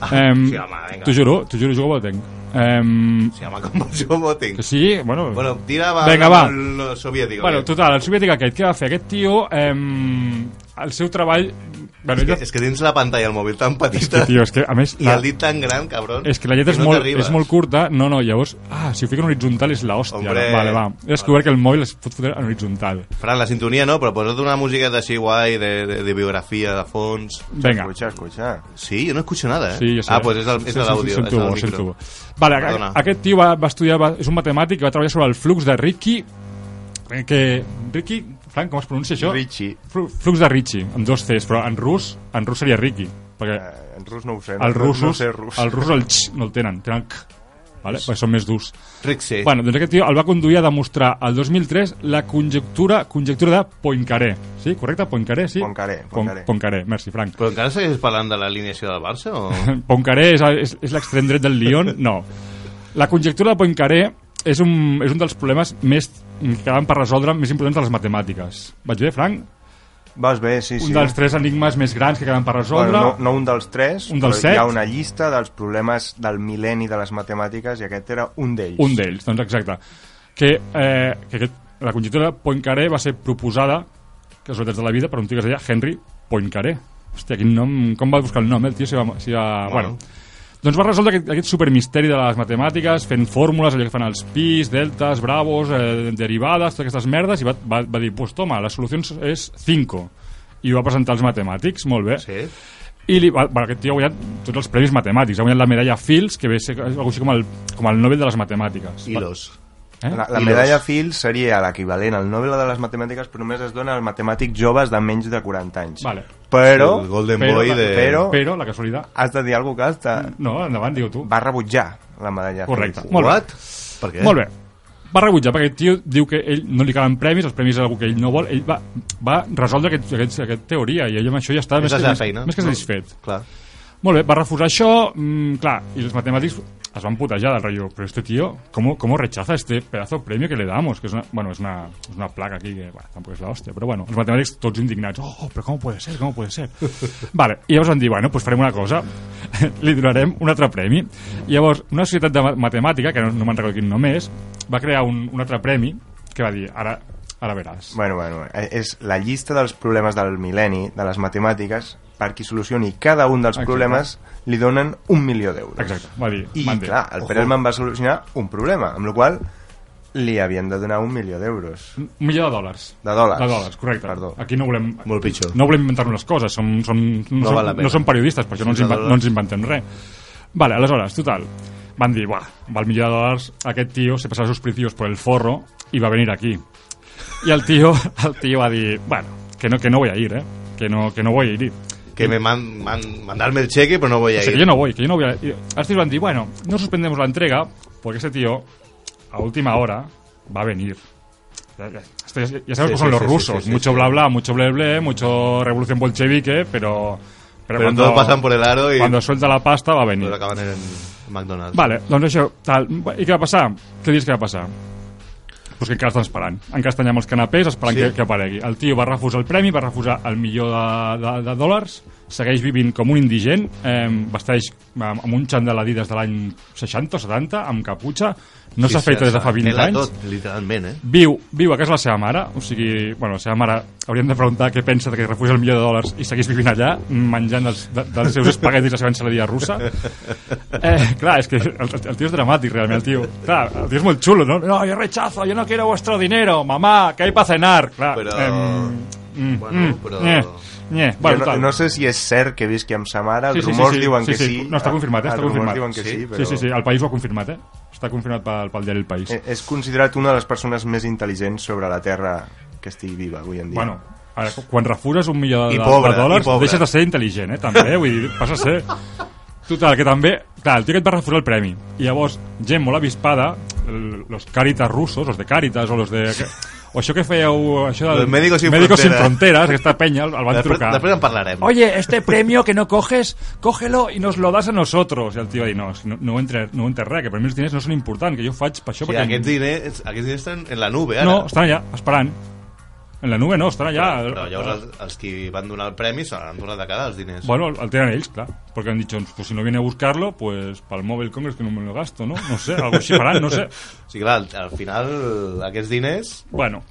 Speaker 4: Ah,
Speaker 3: sí, home, vinga.
Speaker 4: T'ho juro, t'ho juro, jugo a Boateng. Um,
Speaker 3: Sí, home, com el seu voting.
Speaker 4: que sí, bueno...
Speaker 3: Bueno, eh, tira va,
Speaker 4: Vinga, va.
Speaker 3: el soviètic.
Speaker 4: bueno,
Speaker 3: ok?
Speaker 4: total, el soviètic aquest, què va fer? Aquest tio, um, el seu treball...
Speaker 3: és,
Speaker 4: Bueno, ell va-
Speaker 3: que, és que tens la pantalla al mòbil tan petita
Speaker 4: Tio, és que, a més...
Speaker 3: i el dit tan gran, cabron.
Speaker 4: és que la lletra és,
Speaker 3: no
Speaker 4: molt,
Speaker 3: t'arribes.
Speaker 4: és molt curta. No, no, llavors... Ah, si ho fiquen horitzontal és la hòstia.
Speaker 3: Hombre.
Speaker 4: Vale, va. He descobert que el mòbil es pot fotre en horitzontal.
Speaker 3: Fran, la sintonia no, però posa't una musiqueta així guai de, de, de biografia, de fons...
Speaker 4: Vinga.
Speaker 6: Escucha, escucha.
Speaker 3: Sí, jo no escucho nada, eh?
Speaker 4: Sí, ja sé.
Speaker 3: Ah, pues és, el, és
Speaker 4: Sí, sí,
Speaker 3: l'àudio,
Speaker 4: sí,
Speaker 3: és
Speaker 4: sento
Speaker 3: el
Speaker 4: bo,
Speaker 3: micro.
Speaker 4: sento bo. Vale,
Speaker 3: Perdona.
Speaker 4: a, aquest tio va, va estudiar, va, és un matemàtic que va treballar sobre el flux de Ricky, eh, que... Ricky, Frank, com es pronuncia això?
Speaker 6: Richie.
Speaker 4: Flu- Flux de Ricky, amb dos Cs, però en rus, en rus seria Ricky, perquè
Speaker 6: Eh, en rus no ho sé. no-
Speaker 4: els
Speaker 6: No, no
Speaker 4: russos,
Speaker 6: sé rus.
Speaker 4: els russos el x no el tenen, tenen el k, vale? perquè són més durs.
Speaker 3: Rixi.
Speaker 4: Bueno, doncs aquest tio el va conduir a demostrar el 2003 la conjectura conjectura de Poincaré, sí? Correcte? Poincaré, sí?
Speaker 6: Poincaré,
Speaker 4: Pon-
Speaker 6: Poincaré.
Speaker 4: Poincaré, merci, Frank.
Speaker 3: Però encara segueix parlant de l'alineació del Barça o...?
Speaker 4: Poincaré és, és, és l'extrem dret del Lyon? No. La conjectura de Poincaré és un, és un dels problemes més que van per resoldre més importants de les matemàtiques. Vaig bé, Frank?
Speaker 6: Vas bé, sí,
Speaker 4: Un
Speaker 6: sí.
Speaker 4: dels tres enigmes més grans que queden per resoldre.
Speaker 6: Bueno, no, no un dels tres,
Speaker 4: Un dels
Speaker 6: però hi ha
Speaker 4: set.
Speaker 6: una llista dels problemes del mil·lenni de les matemàtiques i aquest era un d'ells.
Speaker 4: Un d'ells, doncs exacte. Que, eh, que aquest, la conjectura de Poincaré va ser proposada, casualitats de la vida, per un tio que es deia Henry Poincaré. Hòstia, quin nom... Com va buscar el nom, eh? El tio si va... Si va *laughs* bueno. Doncs va resoldre aquest, aquest supermisteri de les matemàtiques, fent fórmules, allò que fan els pis, deltas, bravos, eh, derivades, totes aquestes merdes, i va, va, va dir, pues toma, la solució és 5. I ho va presentar als matemàtics, molt bé.
Speaker 3: Sí?
Speaker 4: I li, va, bueno, aquest tio ha guanyat tots els premis matemàtics. Ha guanyat la medalla Fields, que ve a ser algo així com el, com el Nobel de les matemàtiques.
Speaker 3: I dos.
Speaker 4: Eh?
Speaker 6: La, la
Speaker 3: I
Speaker 6: medalla
Speaker 3: dos.
Speaker 6: Fields seria l'equivalent al Nobel de les matemàtiques, però només es dona als matemàtics joves de menys de 40 anys.
Speaker 4: Vale.
Speaker 6: Però
Speaker 3: El Golden
Speaker 4: Però-
Speaker 3: Boy de...
Speaker 6: però-
Speaker 4: Però la casualitat...
Speaker 6: has de dir alguna cosa que has de...
Speaker 4: No, endavant, digue tu.
Speaker 6: va rebutjar la medalla
Speaker 4: Correcte.
Speaker 6: Fields.
Speaker 4: Molt bé.
Speaker 3: What? Per què?
Speaker 4: Molt bé. va rebutjar, perquè aquest tio diu que ell no li calen premis, els premis és algú que ell no vol, ell va, va resoldre aquest, aquest, aquest teoria i ell amb això ja està
Speaker 3: És
Speaker 4: més,
Speaker 3: la
Speaker 4: que,
Speaker 3: seva
Speaker 4: més,
Speaker 3: feina.
Speaker 4: més que satisfet.
Speaker 3: Clar.
Speaker 4: Molt bé, va refusar això, mm, clar, i els matemàtics es van putejar del rotllo, però este tío, ¿cómo, cómo rechaza este pedazo de premio que le damos? Que es una, bueno, es una, es una placa aquí que bueno, tampoco es la hostia, pero bueno, els matemàtics tots indignats, oh, oh, però com puede ser, com puede
Speaker 6: *laughs*
Speaker 4: ser? vale, i llavors van dir, bueno, pues farem una cosa, *laughs* li donarem un altre premi. I llavors, una societat de ma- matemàtica, que no, no me'n recordo quin nom és, va crear un, un altre premi que va dir, ara, ara veràs.
Speaker 6: Bueno, bueno, eh, és la llista dels problemes del mil·lenni, de les matemàtiques, per qui solucioni cada un dels
Speaker 4: Exacte.
Speaker 6: problemes li donen un milió d'euros.
Speaker 4: Exacte, va dir,
Speaker 6: doncs, I,
Speaker 4: "Mande".
Speaker 6: clar, el Perelman va solucionar un problema, amb la qual cosa li havien de donar un milió d'euros.
Speaker 4: Un milió de dòlars.
Speaker 6: De dòlars.
Speaker 4: De dòlars, correcte.
Speaker 6: Perdó.
Speaker 4: Aquí no volem...
Speaker 3: Molt pitjor.
Speaker 4: No volem inventar-nos les coses, som, som, no,
Speaker 3: No
Speaker 4: som,
Speaker 3: val la pena.
Speaker 4: no som periodistes, per això no ens,
Speaker 3: De
Speaker 4: inven,
Speaker 3: dòlars.
Speaker 4: no ens inventem res. Vale, aleshores, total, van dir, buah, val milió de dòlars, aquest tio se passarà sus principios por el forro i va venir aquí. I el tio, *laughs* el tio va dir, bueno, que no, que no voy a ir, eh? Que no, que no voy a ir.
Speaker 3: Que me man, man- mandarme el cheque, pero no voy a
Speaker 4: O
Speaker 3: ir.
Speaker 4: sea, que yo no voy, que yo no voy a... y Los tíos van a decir, bueno, no suspendemos la entrega porque ese tío, a última hora, va a venir. Ya, ya- esto ya- ya sabes
Speaker 3: Sí,
Speaker 4: cómo son
Speaker 3: sí,
Speaker 4: los
Speaker 3: sí,
Speaker 4: rusos.
Speaker 3: sí, sí, sí,
Speaker 4: mucho
Speaker 3: sí.
Speaker 4: bla bla, mucho ble ble, mucho revolución bolchevique, pero...
Speaker 3: Pero todos pasan por el aro y-
Speaker 4: Cuando suelta la pasta va a venir.
Speaker 3: Pero acaban en McDonald's.
Speaker 4: Vale, doncs això, tal. I què va passar? Què dius que va passar? Pues que encara estan esperant. Encara estan allà amb els canapés esperant
Speaker 3: Sí.
Speaker 4: sí. que, que aparegui. El tio va refusar el premi, va refusar el milió de, de, de dòlars, segueix vivint com un indigent, eh, vesteix amb, amb un xandall Adidas de l'any 60 o 70, amb caputxa, no s'ha
Speaker 3: Sí,
Speaker 4: fet
Speaker 3: sí,
Speaker 4: res de fa
Speaker 3: s'ha
Speaker 4: 20
Speaker 3: pelat
Speaker 4: anys.
Speaker 3: Tot, literalment, eh?
Speaker 4: Viu, viu a casa la seva mare, o sigui, bueno, la seva mare hauríem de preguntar què pensa de que refugi el milió de dòlars i seguís vivint allà, menjant els, de, dels seus espaguetis la seva ensaladia russa. Eh, clar, és que el, el tio és dramàtic, realment, el tio. Clar, el tio és molt xulo, no? No, yo rechazo, yo no quiero vuestro dinero, mamá, que hay para cenar. Clar,
Speaker 3: Però-
Speaker 4: mm,
Speaker 3: bueno, però-
Speaker 4: Nye, nye. Bueno,
Speaker 6: Jo
Speaker 4: total.
Speaker 6: no, no sé si és cert que visqui amb sa mare, els
Speaker 4: Sí, sí, sí,
Speaker 6: rumors
Speaker 4: sí.
Speaker 6: diuen
Speaker 4: Sí,
Speaker 6: que
Speaker 4: sí.
Speaker 6: sí.
Speaker 4: No, està
Speaker 6: eh,
Speaker 4: confirmat, està
Speaker 6: els rumors
Speaker 4: confirmat.
Speaker 6: diuen que sí, però...
Speaker 4: Sí, sí, sí, el País ho ha confirmat, eh? Està confirmat pel, pel diari El País.
Speaker 6: Eh, És considerat una de les persones més intel·ligents sobre la Terra que estigui viva avui en dia.
Speaker 4: Bueno, ara, quan refuses un milió de,
Speaker 3: I pobre,
Speaker 4: de dòlars,
Speaker 3: i pobre.
Speaker 4: deixes de ser intel·ligent, eh? També, eh? vull dir, passa a ser... Total, que també... Clar, el tio aquest va refusar el premi. I llavors, gent molt avispada, el- los càritas russos, los de càritas o los de... O això que fèieu... Això del
Speaker 3: Los Médicos Sin
Speaker 4: Médicos sin
Speaker 3: Fronteras.
Speaker 4: Fronteras, aquesta penya, el, el van
Speaker 3: Després,
Speaker 4: trucar.
Speaker 3: després en parlarem.
Speaker 4: Oye, este premio que no coges, cógelo y nos lo das a nosotros. I el tio va dir, no, si no, no, entre, no entre res, que per mi els diners no són importants, que jo faig per això
Speaker 3: O sigui,
Speaker 4: perquè...
Speaker 3: aquests diners, aquests diners estan en la nube, ara.
Speaker 4: No, estan allà, esperant. En la nube no, estan allà. eh,
Speaker 3: Però llavors els, els qui van donar el premi se l'han tornat a quedar, els diners.
Speaker 4: Bueno, al tener ellos, claro. Porque han dicho, pues si no viene a buscarlo, pues para el móvil Congress que no me lo gasto, ¿no? No sé, algo así farán, no sé.
Speaker 3: O sigui, clar, al, al final, aquests diners...
Speaker 4: Bueno,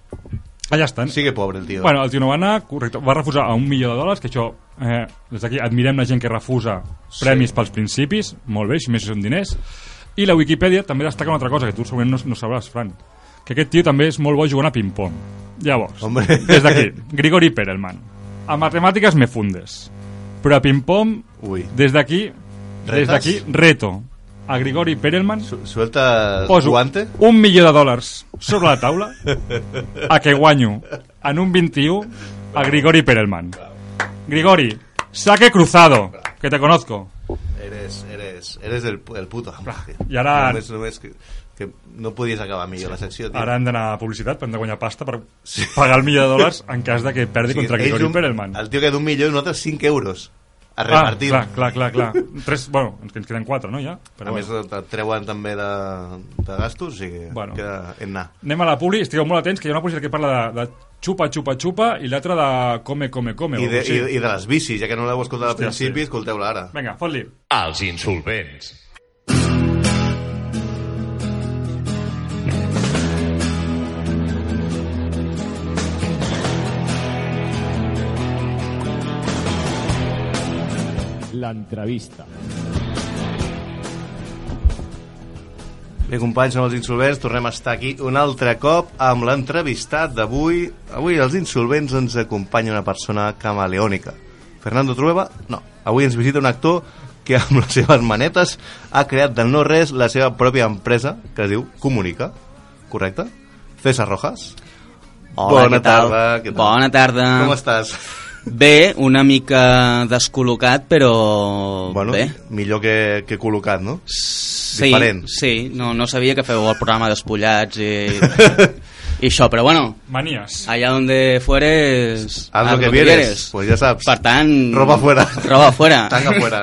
Speaker 4: allà estan.
Speaker 3: Sigue pobre el tio.
Speaker 4: Bueno, el tio no va anar, correcte, va refusar a un milió de dòlars, que això, eh, des d'aquí admirem la gent que refusa premis pels principis, molt bé, si més són diners. I la Wikipedia també destaca una altra cosa, que tu segurament no, no sabràs, Fran, que aquest tio també és molt bo jugant a ping-pong. Llavors,
Speaker 3: Hombre.
Speaker 4: des d'aquí, Grigori Perelman. A matemàtiques me fundes, però a ping-pong,
Speaker 3: Ui.
Speaker 4: des d'aquí, des
Speaker 3: Retes?
Speaker 4: d'aquí, reto a Grigori Perelman
Speaker 3: Su- Suelta
Speaker 4: poso
Speaker 3: guante.
Speaker 4: un milió de dòlars sobre la taula a que guanyo en un 21 a Grigori Perelman. Grigori, saque cruzado, que te conozco.
Speaker 3: Eres, eres, eres el, pu- el puto amo, tio.
Speaker 4: i ara-
Speaker 3: Només, només que, que no podies acabar millor la secció, tio.
Speaker 4: Ara hem d'anar a publicitat, però hem de guanyar pasta per pagar el milió de dòlars en cas de que perdi
Speaker 3: O sigui,
Speaker 4: contra
Speaker 3: ells
Speaker 4: Grigori
Speaker 3: un-
Speaker 4: Perelman.
Speaker 3: El tio que d'un milió i nosaltres 5 euros a
Speaker 4: Ah,
Speaker 3: repartir.
Speaker 4: clar, clar, clar, clar. Tres, bueno, ens ens queden quatre, no, ja?
Speaker 3: A més, et treuen també de, de gastos, o sigui,
Speaker 4: Bueno.
Speaker 3: bueno. queda en anar.
Speaker 4: Anem a la publi, estigueu molt atents, que hi ha una publicitat que parla de, de xupa, xupa, xupa, i l'altra de come, come, come.
Speaker 3: I
Speaker 4: o
Speaker 3: de,
Speaker 4: així.
Speaker 3: i, I de les bicis, ja que no l'heu escoltat al
Speaker 4: Hòstia,
Speaker 3: principi,
Speaker 4: sí.
Speaker 3: escolteu-la ara.
Speaker 4: Vinga, fot-li.
Speaker 7: Els insolvents.
Speaker 8: l'entrevista.
Speaker 3: Bé, companys, som els Insolvents, tornem a estar aquí un altre cop amb l'entrevistat d'avui. Avui els Insolvents ens acompanya una persona camaleònica. Fernando Trueba? No. Avui ens visita un actor que amb les seves manetes ha creat del no-res la seva pròpia empresa, que es diu Comunica, correcte? César Rojas.
Speaker 9: Hola,
Speaker 3: Bona
Speaker 9: què tal?
Speaker 3: tarda, què tal?
Speaker 9: Bona tarda.
Speaker 3: Com estàs?
Speaker 7: Bé, una mica descol·locat, però
Speaker 3: Bueno,
Speaker 7: bé.
Speaker 3: millor que, que col·locat, no?
Speaker 7: Sí,
Speaker 3: diferent.
Speaker 7: sí, no, no sabia que feu el programa d'espollats
Speaker 3: *laughs*
Speaker 7: i, i això, però bueno,
Speaker 4: Manies.
Speaker 7: allà donde fueres...
Speaker 3: Haz lo que vieres, pues ja saps.
Speaker 7: Per tant...
Speaker 3: Mm. Roba fuera.
Speaker 7: Roba
Speaker 3: *laughs*
Speaker 7: fuera.
Speaker 3: Tanga fuera.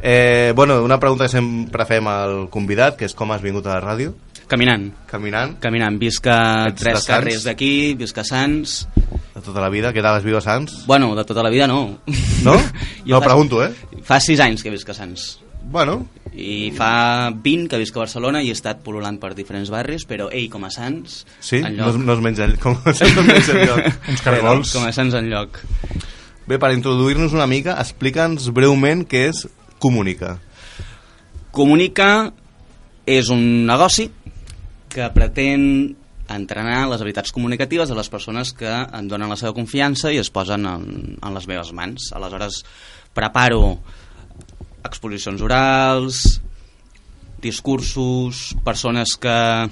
Speaker 3: Eh, bueno, una pregunta que sempre fem al convidat, que és com has vingut a la ràdio,
Speaker 7: Caminant.
Speaker 3: caminant,
Speaker 7: Caminant, visca
Speaker 3: Ets de
Speaker 7: tres
Speaker 3: Sants?
Speaker 7: carrers d'aquí, visca Sants...
Speaker 3: de tota la vida, que tal has viu a Sants?
Speaker 7: *laughs* Bueno, de tota la vida no.
Speaker 3: No? no,
Speaker 7: Jo fa-
Speaker 3: pregunto, eh?
Speaker 7: Fa sis anys que visc a Sants.
Speaker 3: Bueno,
Speaker 7: I fa 20 que visc a Barcelona i he estat pol·lulant per diferents barris, però ell com a Sants...
Speaker 3: sí,
Speaker 7: en
Speaker 3: no,
Speaker 7: lloc.
Speaker 3: es- no es menja el- com *laughs* no es menja el
Speaker 7: *laughs*
Speaker 3: lloc.
Speaker 4: *laughs* Uns cargols.
Speaker 7: Com a Sants en lloc.
Speaker 3: Bé, per introduir-nos una mica, explica'ns breument què és Comunica.
Speaker 7: Comunica és un negoci que pretén entrenar les habilitats comunicatives de les persones que em donen la seva confiança i es posen en, en les meves mans. Aleshores, preparo exposicions orals, discursos, persones que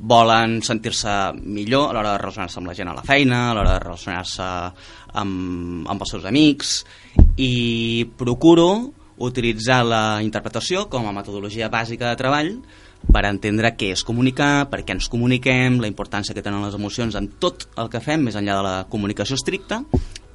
Speaker 7: volen sentir-se millor a l'hora de relacionar-se amb la gent a la feina, a l'hora de relacionar-se amb, amb els seus amics i procuro utilitzar la interpretació com a metodologia bàsica de treball per entendre què és comunicar, per què ens comuniquem, la importància que tenen les emocions en tot el que fem, més enllà de la comunicació estricta,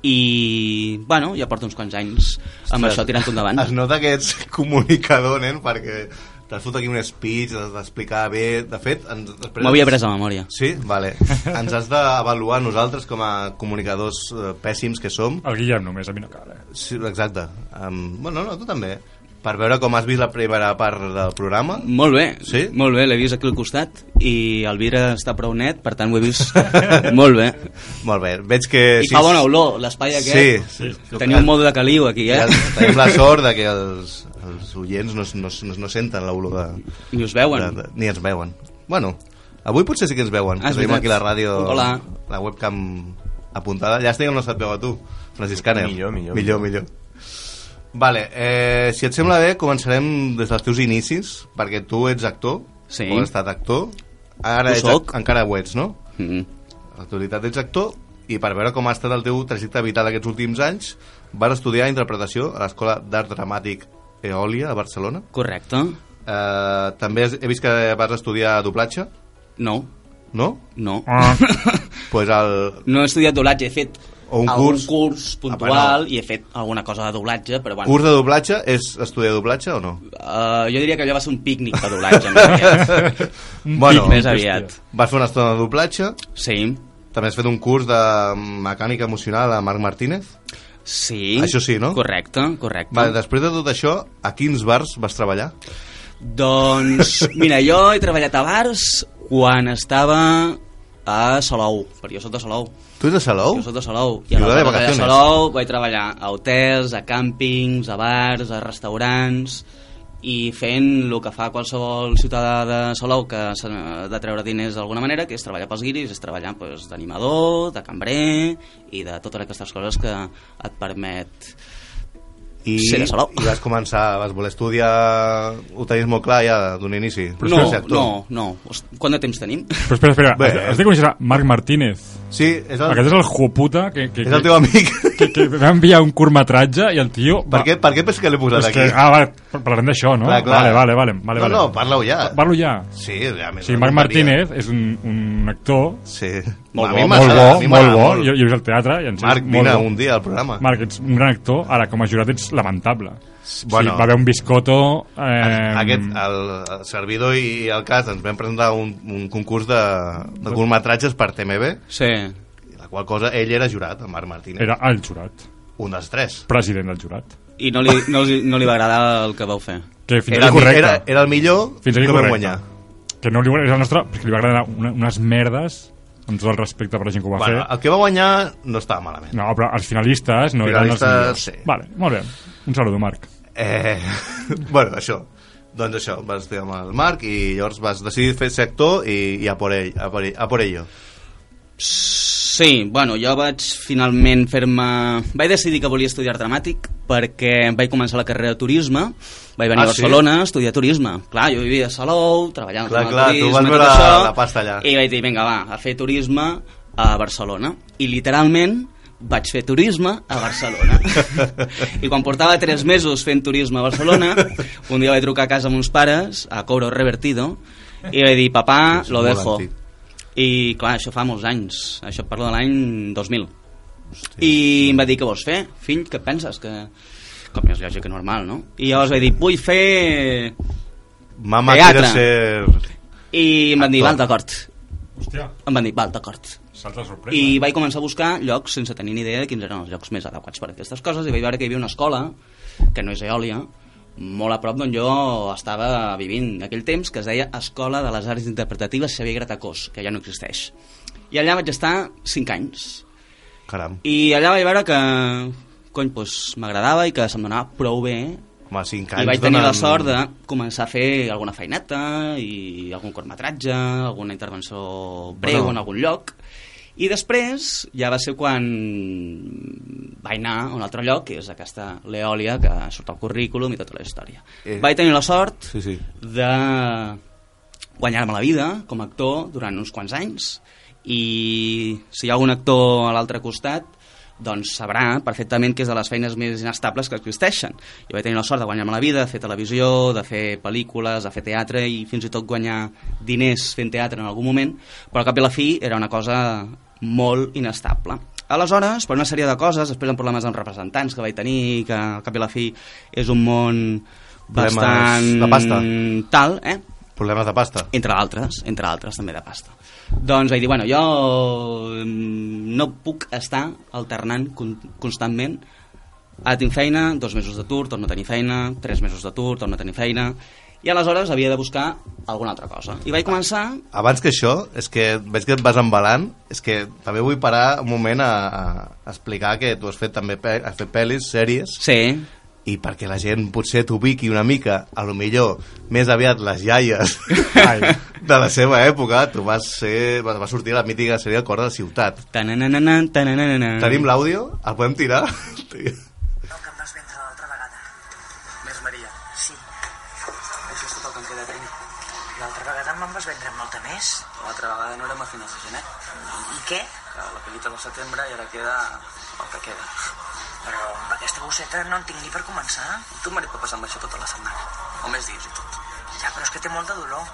Speaker 7: i, bueno, ja porto uns quants anys amb això tirant endavant.
Speaker 3: Es nota que ets *laughs* comunicador, nen, perquè t'has fotut aquí un speech, has d'explicar bé... De fet, ens, després...
Speaker 7: M'ho havia pres a memòria.
Speaker 3: Sí? *laughs* Vale. Ens has d'avaluar nosaltres com a comunicadors eh, pèssims que som.
Speaker 4: El Guillem només, a mi no cal, eh?
Speaker 3: Sí, exacte. Um, bueno, no, tu també. Per veure com has vist la primera part del programa.
Speaker 7: Molt bé,
Speaker 3: Sí?
Speaker 7: molt bé, l'he vist aquí al costat i el vidre està prou net, per tant ho he
Speaker 3: *laughs*
Speaker 7: vist molt bé.
Speaker 3: Molt bé. Veig que...
Speaker 7: I fa bona olor, l'espai
Speaker 3: Eh, Sí,
Speaker 7: aquest.
Speaker 3: sí.
Speaker 7: Teniu un modo de caliu aquí, eh?
Speaker 3: Ja tenim la sort de que els, els oients no, es- no, es- no, es- no senten l'olor de,
Speaker 7: I us veuen.
Speaker 3: de, de... Ni ens veuen. Bueno, avui potser sí que ens veuen.
Speaker 7: Ah,
Speaker 3: que
Speaker 7: és
Speaker 3: tenim
Speaker 7: veritat.
Speaker 3: aquí la ràdio,
Speaker 7: Hola.
Speaker 3: la webcam apuntada. Llàstima que no se't veu a tu, Franciscaner.
Speaker 6: Millor, millor.
Speaker 3: Millor, millor. Vale, eh, si et sembla bé, començarem des dels teus inicis, perquè tu ets actor,
Speaker 7: Sí.
Speaker 3: o has estat actor, ara
Speaker 7: Ho
Speaker 3: ets,
Speaker 7: soc.
Speaker 3: encara ho ets, no?
Speaker 7: Mm.
Speaker 3: A L'actualitat ets actor, i per veure com ha estat el teu trajecte vital aquests últims anys, vas estudiar interpretació a l'Escola d'Art Dramàtic Eòlia, a Barcelona.
Speaker 7: Correcte.
Speaker 3: Eh, també has- he vist que vas estudiar doblatge,
Speaker 7: No,
Speaker 3: no?
Speaker 7: no.
Speaker 4: Ah,
Speaker 3: pues el...
Speaker 7: *laughs* No he estudiat doblatge, he fet
Speaker 3: O un
Speaker 7: algun
Speaker 3: curs.
Speaker 7: curs puntual
Speaker 3: Ah, bueno.
Speaker 7: i he fet alguna cosa de doblatge, però bueno.
Speaker 3: Curs de doblatge és estudiar doblatge o
Speaker 7: *laughs*
Speaker 3: no?
Speaker 7: eh, jo diria que allò va ser un pícnic de doblatge, més aviat.
Speaker 3: *laughs* bueno,
Speaker 7: Més aviat.
Speaker 3: vas fer una estona de doblatge,
Speaker 7: Sí,
Speaker 3: també has fet un curs de mecànica emocional a Marc Martínez.
Speaker 7: sí.
Speaker 3: Això sí, no?
Speaker 7: Correcte, correcte.
Speaker 3: Vale, després de tot això, a quins bars vas treballar?
Speaker 7: Doncs, mira, jo he treballat a bars quan estava a Salou, perquè jo soc de Salou.
Speaker 3: Tu ets de Salou?
Speaker 7: Jo soc de Salou. I
Speaker 3: Oh. Ciutat de
Speaker 7: aleshores
Speaker 3: vacaciones.
Speaker 7: a Salou vaig treballar a hotels, a càmpings, a bars, a restaurants i fent el que fa qualsevol ciutadà de Salou que s'ha de treure diners d'alguna manera, que és treballar pels guiris, és treballar doncs, d'animador, de cambrer i de totes aquestes coses que et permet...
Speaker 3: I,
Speaker 7: Sí, de Salou.
Speaker 3: I vas començar, vas voler estudiar... Ho tenies molt clar ja d'un inici.
Speaker 7: no,
Speaker 3: vols ser actor.
Speaker 7: no, no. Host, Quant de temps tenim?
Speaker 4: però espera, espera,
Speaker 3: Bé.
Speaker 4: has, has de conèixer Marc Martínez.
Speaker 3: Sí, és el,
Speaker 4: Aquest és el jueputa que, que,
Speaker 3: és el
Speaker 4: que,
Speaker 3: teu
Speaker 4: *laughs*
Speaker 3: amic.
Speaker 4: que, que va enviar un curtmetratge i el tio...
Speaker 3: per,
Speaker 4: va-
Speaker 3: què, per què penses que l'he posat
Speaker 4: És que,
Speaker 3: aquí?
Speaker 4: ah, vale, parlarem d'això, no?
Speaker 3: Clar, clar.
Speaker 4: Vale, vale, vale. vale,
Speaker 3: no,
Speaker 4: vale.
Speaker 3: no, parla-ho ja.
Speaker 4: Parlo ja.
Speaker 3: Sí, ja més
Speaker 4: Sí,
Speaker 3: no
Speaker 4: Marc
Speaker 3: m'agradaria.
Speaker 4: Martínez és un, un actor
Speaker 3: Sí.
Speaker 7: Molt
Speaker 3: A
Speaker 7: bo,
Speaker 3: mi
Speaker 4: molt
Speaker 3: m'agrada, a
Speaker 4: bo,
Speaker 3: mi
Speaker 4: molt
Speaker 3: m'agrada
Speaker 4: bo. Jo, jo he vist el teatre i en sé
Speaker 3: Marc,
Speaker 4: molt
Speaker 3: vine
Speaker 4: bo.
Speaker 3: un dia al programa.
Speaker 4: Marc, ets un gran actor, ara com a jurat ets lamentable.
Speaker 3: bueno.
Speaker 4: sí, va haver un biscoto... Eh,
Speaker 3: Aquest, el, el servidor i el cas ens vam presentar un, un concurs de, de curtmetratges per TMB,
Speaker 7: Sí.
Speaker 3: i la qual cosa ell era jurat, el Marc Martínez.
Speaker 4: Era el jurat,
Speaker 3: Un dels tres.
Speaker 4: president del jurat.
Speaker 7: I no li, no, li, no li va agradar el que vau fer.
Speaker 4: Que fins
Speaker 3: Era, el
Speaker 4: aquí
Speaker 3: mi-
Speaker 4: correcte.
Speaker 3: era, era el millor
Speaker 4: fins aquí
Speaker 3: que vam
Speaker 4: correcte.
Speaker 3: guanyar.
Speaker 4: Que no li, és el nostre, perquè li va agradar una, unes merdes, amb tot el respecte per la gent que ho va
Speaker 3: Bueno,
Speaker 4: fer.
Speaker 3: el que va guanyar no estava malament.
Speaker 4: No, però els finalistes no eren els
Speaker 3: Finalistes,
Speaker 4: millors.
Speaker 3: sí.
Speaker 4: Vale, molt bé. Un saludo, Marc.
Speaker 3: Eh, *laughs* bueno, això. Doncs això, vas estudiar amb el Marc i llavors vas decidir fer ser actor i, i a por ell, a por, ell, a por ello.
Speaker 7: Sí, bueno, jo vaig finalment fer-me... Vaig decidir que volia estudiar dramàtic perquè vaig començar la carrera de turisme, vaig venir
Speaker 3: Ah,
Speaker 7: a
Speaker 3: sí?
Speaker 7: Barcelona a estudiar turisme. Clar, jo vivia a Salou, treballant
Speaker 3: Clar,
Speaker 7: amb el
Speaker 3: clar, tu
Speaker 7: turisme,
Speaker 3: vas
Speaker 7: tot
Speaker 3: veure
Speaker 7: això,
Speaker 3: la pasta allà.
Speaker 7: I vaig dir, vinga, va, a fer turisme a Barcelona. I literalment vaig fer turisme a
Speaker 3: *laughs*
Speaker 7: Barcelona. I quan portava tres mesos fent turisme a Barcelona, un dia vaig trucar a casa amb uns pares, a cobro revertido, i vaig dir, papà,
Speaker 3: Sí, és
Speaker 7: lo
Speaker 3: molt
Speaker 7: dejo.
Speaker 3: antic.
Speaker 7: I, clar, això fa molts anys. Això et parlo de l'any 2000. I em va dir, què vols fer, fill? Què et penses? Que... Com és lògic que normal, no? I llavors vaig dir, vull fer...
Speaker 3: Mama
Speaker 7: Teatre.
Speaker 3: quiere ser...
Speaker 7: I em van dir,
Speaker 3: Actor.
Speaker 7: val, d'acord.
Speaker 4: Hòstia,
Speaker 7: Em van dir, val, d'acord.
Speaker 4: salta la sorpresa.
Speaker 7: I vaig començar a buscar llocs sense tenir ni idea de quins eren els llocs més adequats per a aquestes coses i vaig veure que hi havia una escola, que no és eòlia, molt a prop d'on jo estava vivint en aquell temps, que es deia Escola de les Arts Interpretatives Xavier Gratacós, que ja no existeix. I allà vaig estar 5 anys.
Speaker 3: Caram.
Speaker 7: I allà vaig veure que, cony, doncs, m'agradava i que se'm donava prou bé
Speaker 3: Home, 5 anys
Speaker 7: i vaig tenir
Speaker 3: donen-
Speaker 7: la sort de començar a fer alguna feineta i algun cortmetratge, alguna intervenció breu
Speaker 3: Bueno.
Speaker 7: en algun lloc. I després ja va ser quan vaig anar a un altre lloc, que és aquesta l'Eòlia, que surt al currículum i tota la història.
Speaker 3: Eh.
Speaker 7: Vaig tenir la sort
Speaker 3: Sí, sí.
Speaker 7: de guanyar-me la vida com a actor durant uns quants anys i si hi ha algun actor a l'altre costat doncs sabrà perfectament que és de les feines més inestables que existeixen. Jo vaig tenir la sort de guanyar-me la vida, de fer televisió, de fer pel·lícules, de fer teatre i fins i tot guanyar diners fent teatre en algun moment, però al cap i a la fi era una cosa molt inestable. Aleshores, per una sèrie de coses, després amb problemes amb representants que vaig tenir, que al cap i a la fi és un món
Speaker 3: Problemes
Speaker 7: bastant...
Speaker 3: de pasta.
Speaker 7: Tal, eh?
Speaker 3: Problemes de pasta.
Speaker 7: Entre d'altres, entre d'altres també de pasta. Doncs vaig dir, bueno, jo mm, no puc estar alternant con constantment ara tinc feina, dos mesos d'atur, torno a tenir feina, tres mesos d'atur, torno a tenir feina, i aleshores havia de buscar alguna altra cosa. I vaig començar
Speaker 3: Abans que això, és que veig que et vas embalant, és que també vull parar un moment a, a explicar que tu has fet també pe- has fet pel·lis, sèries,
Speaker 7: Sí,
Speaker 3: i perquè la gent potser t'ubiqui una mica, a lo millor més aviat les iaies
Speaker 4: Ai.
Speaker 3: de la seva època, tu vas ser, vas, va sortir la mítica sèrie El cor de la ciutat.
Speaker 7: Tananana, tananana.
Speaker 3: Tenim l'àudio? El podem tirar?
Speaker 9: El que em vas vendre l'altra vegada. Més Maria? Sí. Això és tot el que em queda, Trini. L'altra vegada me'n vas vendre molta més? L'altra vegada no érem a finals de gener. I què? Que la pel·lita del setembre i ara queda el que queda. Però amb aquesta bosseta no en tinc ni per començar. Tu m'he de passar amb això tota la setmana. O més dies i tot. Ja, però és que té molt de dolor.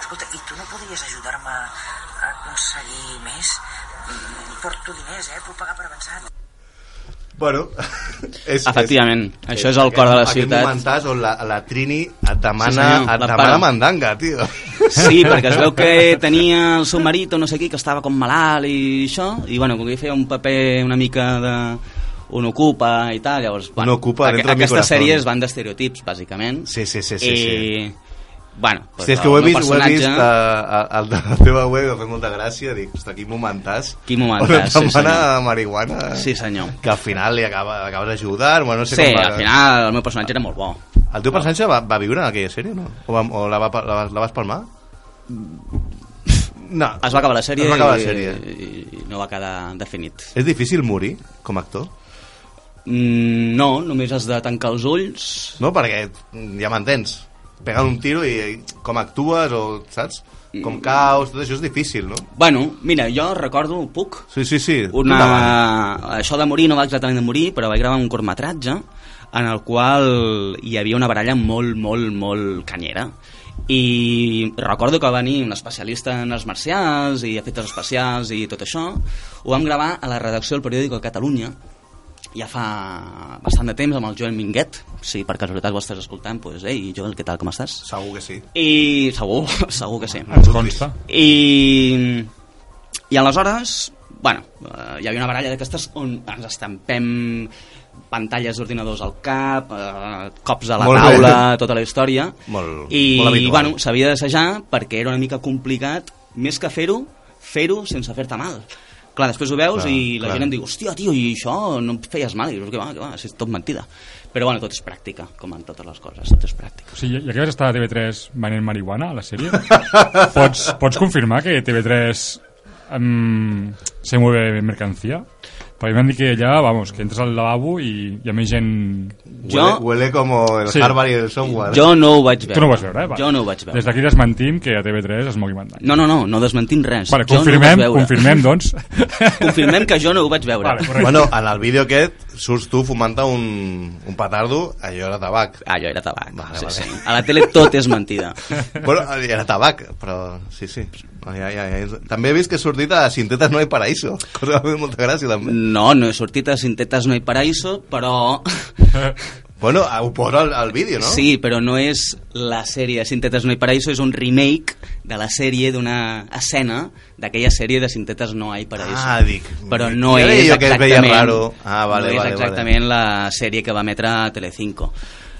Speaker 9: Escolta, i tu no podries ajudar-me a aconseguir més? Mm, Porto diners, eh? Puc pagar per avançat.
Speaker 3: bueno, és,
Speaker 7: Efectivament, això és el cor de la ciutat.
Speaker 3: Aquest momentàs on la, la Trini et demana,
Speaker 7: Sí, senyor,
Speaker 3: et
Speaker 7: la
Speaker 3: demana
Speaker 7: para.
Speaker 3: mandanga, tio.
Speaker 7: Sí, perquè es veu que tenia el seu marit o no sé qui, que estava com malalt i això, i bueno, com que feia un paper una mica de un ocupa i tal, llavors... Bueno,
Speaker 3: Un ocupa
Speaker 7: aqu-
Speaker 3: dentro de mi
Speaker 7: Aquestes
Speaker 3: corazón.
Speaker 7: sèries van d'estereotips, bàsicament.
Speaker 3: Sí, sí, sí, sí,
Speaker 7: I,
Speaker 3: sí.
Speaker 7: Bueno,
Speaker 3: Pues
Speaker 7: pues,
Speaker 3: sí, és que ho he
Speaker 7: el meu
Speaker 3: vist, ho he vist eh,
Speaker 7: personatge-
Speaker 3: a, a, a la teva web, em fa molta gràcia, dic, hosta, quin momentàs.
Speaker 7: Quin momentàs,
Speaker 3: Una
Speaker 7: sí,
Speaker 3: setmana
Speaker 7: senyor.
Speaker 3: marihuana.
Speaker 7: Sí, senyor.
Speaker 3: Que al final li acaba, acabes d'ajudar, bueno, no sé
Speaker 7: Sí,
Speaker 3: com va.
Speaker 7: al final el meu personatge era molt bo.
Speaker 3: El teu personatge va, va viure en aquella sèrie, no? O, va, o la, va, pa- la, vas- la vas palmar? No.
Speaker 7: Mm. Es va acabar la sèrie,
Speaker 3: Es va acabar la
Speaker 7: i-
Speaker 3: sèrie.
Speaker 7: i, i no va quedar definit.
Speaker 3: És difícil morir com a actor?
Speaker 7: Mm, no, només has de tancar els ulls.
Speaker 3: No, perquè mm, ja m'entens. Pegant un tiro i i com actues o, saps? Com caos, tot això és difícil, no?
Speaker 7: Bueno, mira, jo recordo, puc,
Speaker 3: Sí, sí, sí. Tota tu davant.
Speaker 7: una... Això de morir no va exactament de morir, però vaig gravar un curtmetratge en el qual hi havia una baralla molt, molt, molt canyera. I recordo que va venir un especialista en arts marcials i efectes especials i tot això. Ho vam gravar a la redacció del periòdico de Catalunya, ja fa bastant de temps, amb el Joel Minguet. Si per casualitat ho estàs escoltant, doncs, ei, Joel, què tal, com estàs?
Speaker 3: Segur que sí.
Speaker 7: I segur, *laughs* segur que sí.
Speaker 4: Ens consta.
Speaker 7: I, i aleshores, bueno, eh, hi havia una baralla d'aquestes on ens estampem pantalles d'ordinadors al cap, eh, cops a la
Speaker 3: Molt bé.
Speaker 7: taula, tota la història.
Speaker 3: Molt-
Speaker 7: I,
Speaker 3: molt habitual.
Speaker 7: bueno, s'havia d'assajar perquè era una mica complicat, més que fer-ho, fer-ho sense fer-te mal. Clar, després ho veus
Speaker 3: Clar,
Speaker 7: i la
Speaker 3: clar.
Speaker 7: gent em diu hòstia, tio, i això no em feies mal. I dius, que va, que va, és tot mentida. Però, bueno, tot és pràctica, com en totes les coses, tot és pràctica.
Speaker 4: Sí, ja ja que vas estar a TV3 venent marihuana a la sèrie, *laughs* pots, pots confirmar que TV3 um, se mueve mercancía? Perquè m'han dit que allà, vamos, que entres al lavabo i hi ha més gent...
Speaker 3: Huele,
Speaker 7: Jo-
Speaker 3: huele como el
Speaker 4: Sí.
Speaker 3: Harvard y el software.
Speaker 7: Jo no ho vaig veure.
Speaker 4: Tu no ho vas veure, eh? Va.
Speaker 7: Jo no ho vaig veure.
Speaker 4: Des d'aquí desmentim que a TV3 es mogui mandant.
Speaker 7: No, no, no, no desmentim res.
Speaker 4: Vale,
Speaker 7: jo
Speaker 4: confirmem,
Speaker 7: no ho vaig veure.
Speaker 4: confirmem, doncs.
Speaker 7: *laughs* confirmem que jo no ho vaig veure.
Speaker 4: Vale, correcte.
Speaker 3: Bueno, en el vídeo aquest surts tu fumant un, un petardo, allò era tabac.
Speaker 7: Allò Ah, era tabac.
Speaker 3: Vale,
Speaker 7: sí,
Speaker 3: vale.
Speaker 7: sí. A la tele tot és mentida.
Speaker 3: Bueno, era tabac, però sí, sí. Ja, ja, ja. També he vist que he sortit a Sintetas no hay paraíso, cosa que m'ha fet molta gràcia també.
Speaker 7: No, no he sortit a Sintetas no hay paraíso, però...
Speaker 3: Bueno, ho posa al, al vídeo, no?
Speaker 7: Sí, però no és la sèrie de Sintetas no hay paraíso, és un remake de la sèrie d'una escena d'aquella sèrie de Sintetas no hay paraíso.
Speaker 3: Ah, dic,
Speaker 7: Però no
Speaker 3: ja
Speaker 7: és
Speaker 3: deia jo que es veia
Speaker 7: exactament,
Speaker 3: raro. Ah, vale,
Speaker 7: no és
Speaker 3: vale, vale.
Speaker 7: exactament la sèrie que va emetre Telecinco.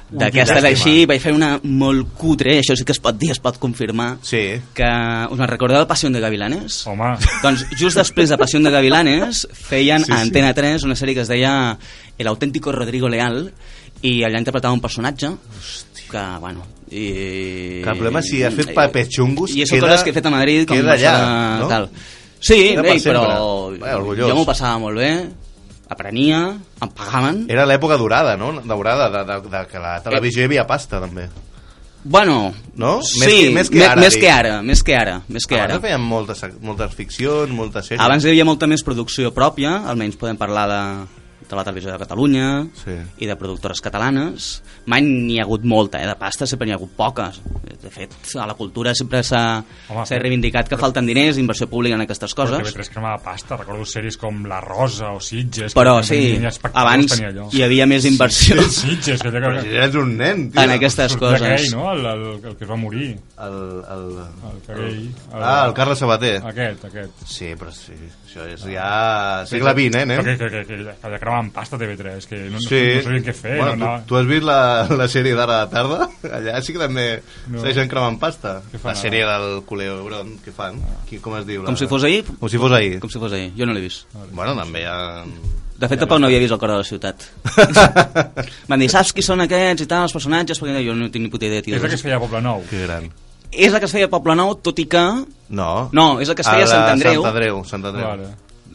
Speaker 7: D'aquesta
Speaker 3: quina
Speaker 7: d'així
Speaker 3: llàstima.
Speaker 7: vaig fer una molt cutre, i això sí que es pot dir, es pot confirmar,
Speaker 3: Sí.
Speaker 7: que us en recordeu de Passió de Gavilanes?
Speaker 4: Home,
Speaker 7: Doncs just després de Pasión de Gavilanes feien
Speaker 3: Sí,
Speaker 7: a
Speaker 3: sí.
Speaker 7: Antena 3 una sèrie que es deia El auténtico Rodrigo Leal i allà interpretava un personatge que, bueno... I...
Speaker 3: Que el problema és si has fet papers xungos,
Speaker 7: I això
Speaker 3: queda-
Speaker 7: coses que he fet a Madrid com
Speaker 3: queda allà,
Speaker 7: persona
Speaker 3: no?
Speaker 7: tal. Sí,
Speaker 3: Queda
Speaker 7: bé,
Speaker 3: per sempre.
Speaker 7: però
Speaker 3: Vaja, orgullós.
Speaker 7: jo m'ho passava molt bé, aprenia, em pagaven...
Speaker 3: Era l'època dorada, no? Daurada, de, de, de que
Speaker 7: Eh.
Speaker 3: la televisió hi havia pasta, també.
Speaker 7: Bueno,
Speaker 3: No?
Speaker 7: sí,
Speaker 3: Més que- més que
Speaker 7: me-
Speaker 3: ara,
Speaker 7: més
Speaker 3: dic. Ah,
Speaker 7: que ara, més que ara, més que
Speaker 3: Abans
Speaker 7: ara.
Speaker 3: no feien moltes, moltes ficcions, moltes sèries.
Speaker 7: Abans hi havia molta més producció pròpia, almenys podem parlar de, de la televisió de Catalunya
Speaker 3: Sí.
Speaker 7: i de productores catalanes. Mai n'hi ha hagut molta, eh? de pasta sempre n'hi ha hagut poques. De fet, a la cultura sempre s'ha
Speaker 4: Home,
Speaker 7: s'ha reivindicat que falten diners, inversió pública en aquestes
Speaker 4: però
Speaker 7: coses.
Speaker 4: TV3 cremava pasta, recordo sèries com La Rosa o Sitges... que
Speaker 7: Però
Speaker 4: tenien-
Speaker 7: sí,
Speaker 4: tenien espectacles,
Speaker 7: abans
Speaker 4: tenia allò.
Speaker 7: hi havia més inversió
Speaker 4: Sitges, que allò
Speaker 3: Però si
Speaker 4: que...
Speaker 3: eres un nen, tio.
Speaker 7: en aquestes
Speaker 4: surt
Speaker 7: coses.
Speaker 4: d'aquell, no? El, el, el que es va morir.
Speaker 3: El, el...
Speaker 4: El que aquell, el-
Speaker 3: Ah, el Carles Sabater.
Speaker 4: Aquest, aquest.
Speaker 3: Sí, però sí, això és ja segle XX, eh,
Speaker 4: Però
Speaker 3: nen?
Speaker 4: Que, que, que, que, que ja cremaven pasta TV3, que no,
Speaker 3: Sí.
Speaker 4: no, no sabien què fer.
Speaker 3: Bueno,
Speaker 4: no,
Speaker 3: tu,
Speaker 4: anava-
Speaker 3: tu has vist la, la sèrie d'ara de tarda? *laughs* Allà sí que també no.
Speaker 4: No.
Speaker 3: segueixen cremant pasta.
Speaker 4: Què fan Ah.
Speaker 3: La sèrie del Culebron, què fan? Qui, com es diu?
Speaker 7: Com
Speaker 3: la...
Speaker 7: si fos ahir?
Speaker 3: Com si fos ahir.
Speaker 7: Com si fos ahir, jo no l'he vist.
Speaker 4: Ah.
Speaker 3: Bueno, també hi *laughs* ha...
Speaker 7: De fet, tampoc no havia vist el cor de la ciutat. Van dir, saps qui són aquests i tal, els personatges? Perquè jo no tinc ni puta idea, tio.
Speaker 4: És la que es feia a Poble Nou.
Speaker 3: Que gran.
Speaker 7: És la que es feia a Poble Nou, tot i que
Speaker 3: No.
Speaker 7: No, és el que es feia a
Speaker 3: la
Speaker 7: Sant Andreu.
Speaker 3: Sant Andreu, Sant Andreu.
Speaker 4: Vale.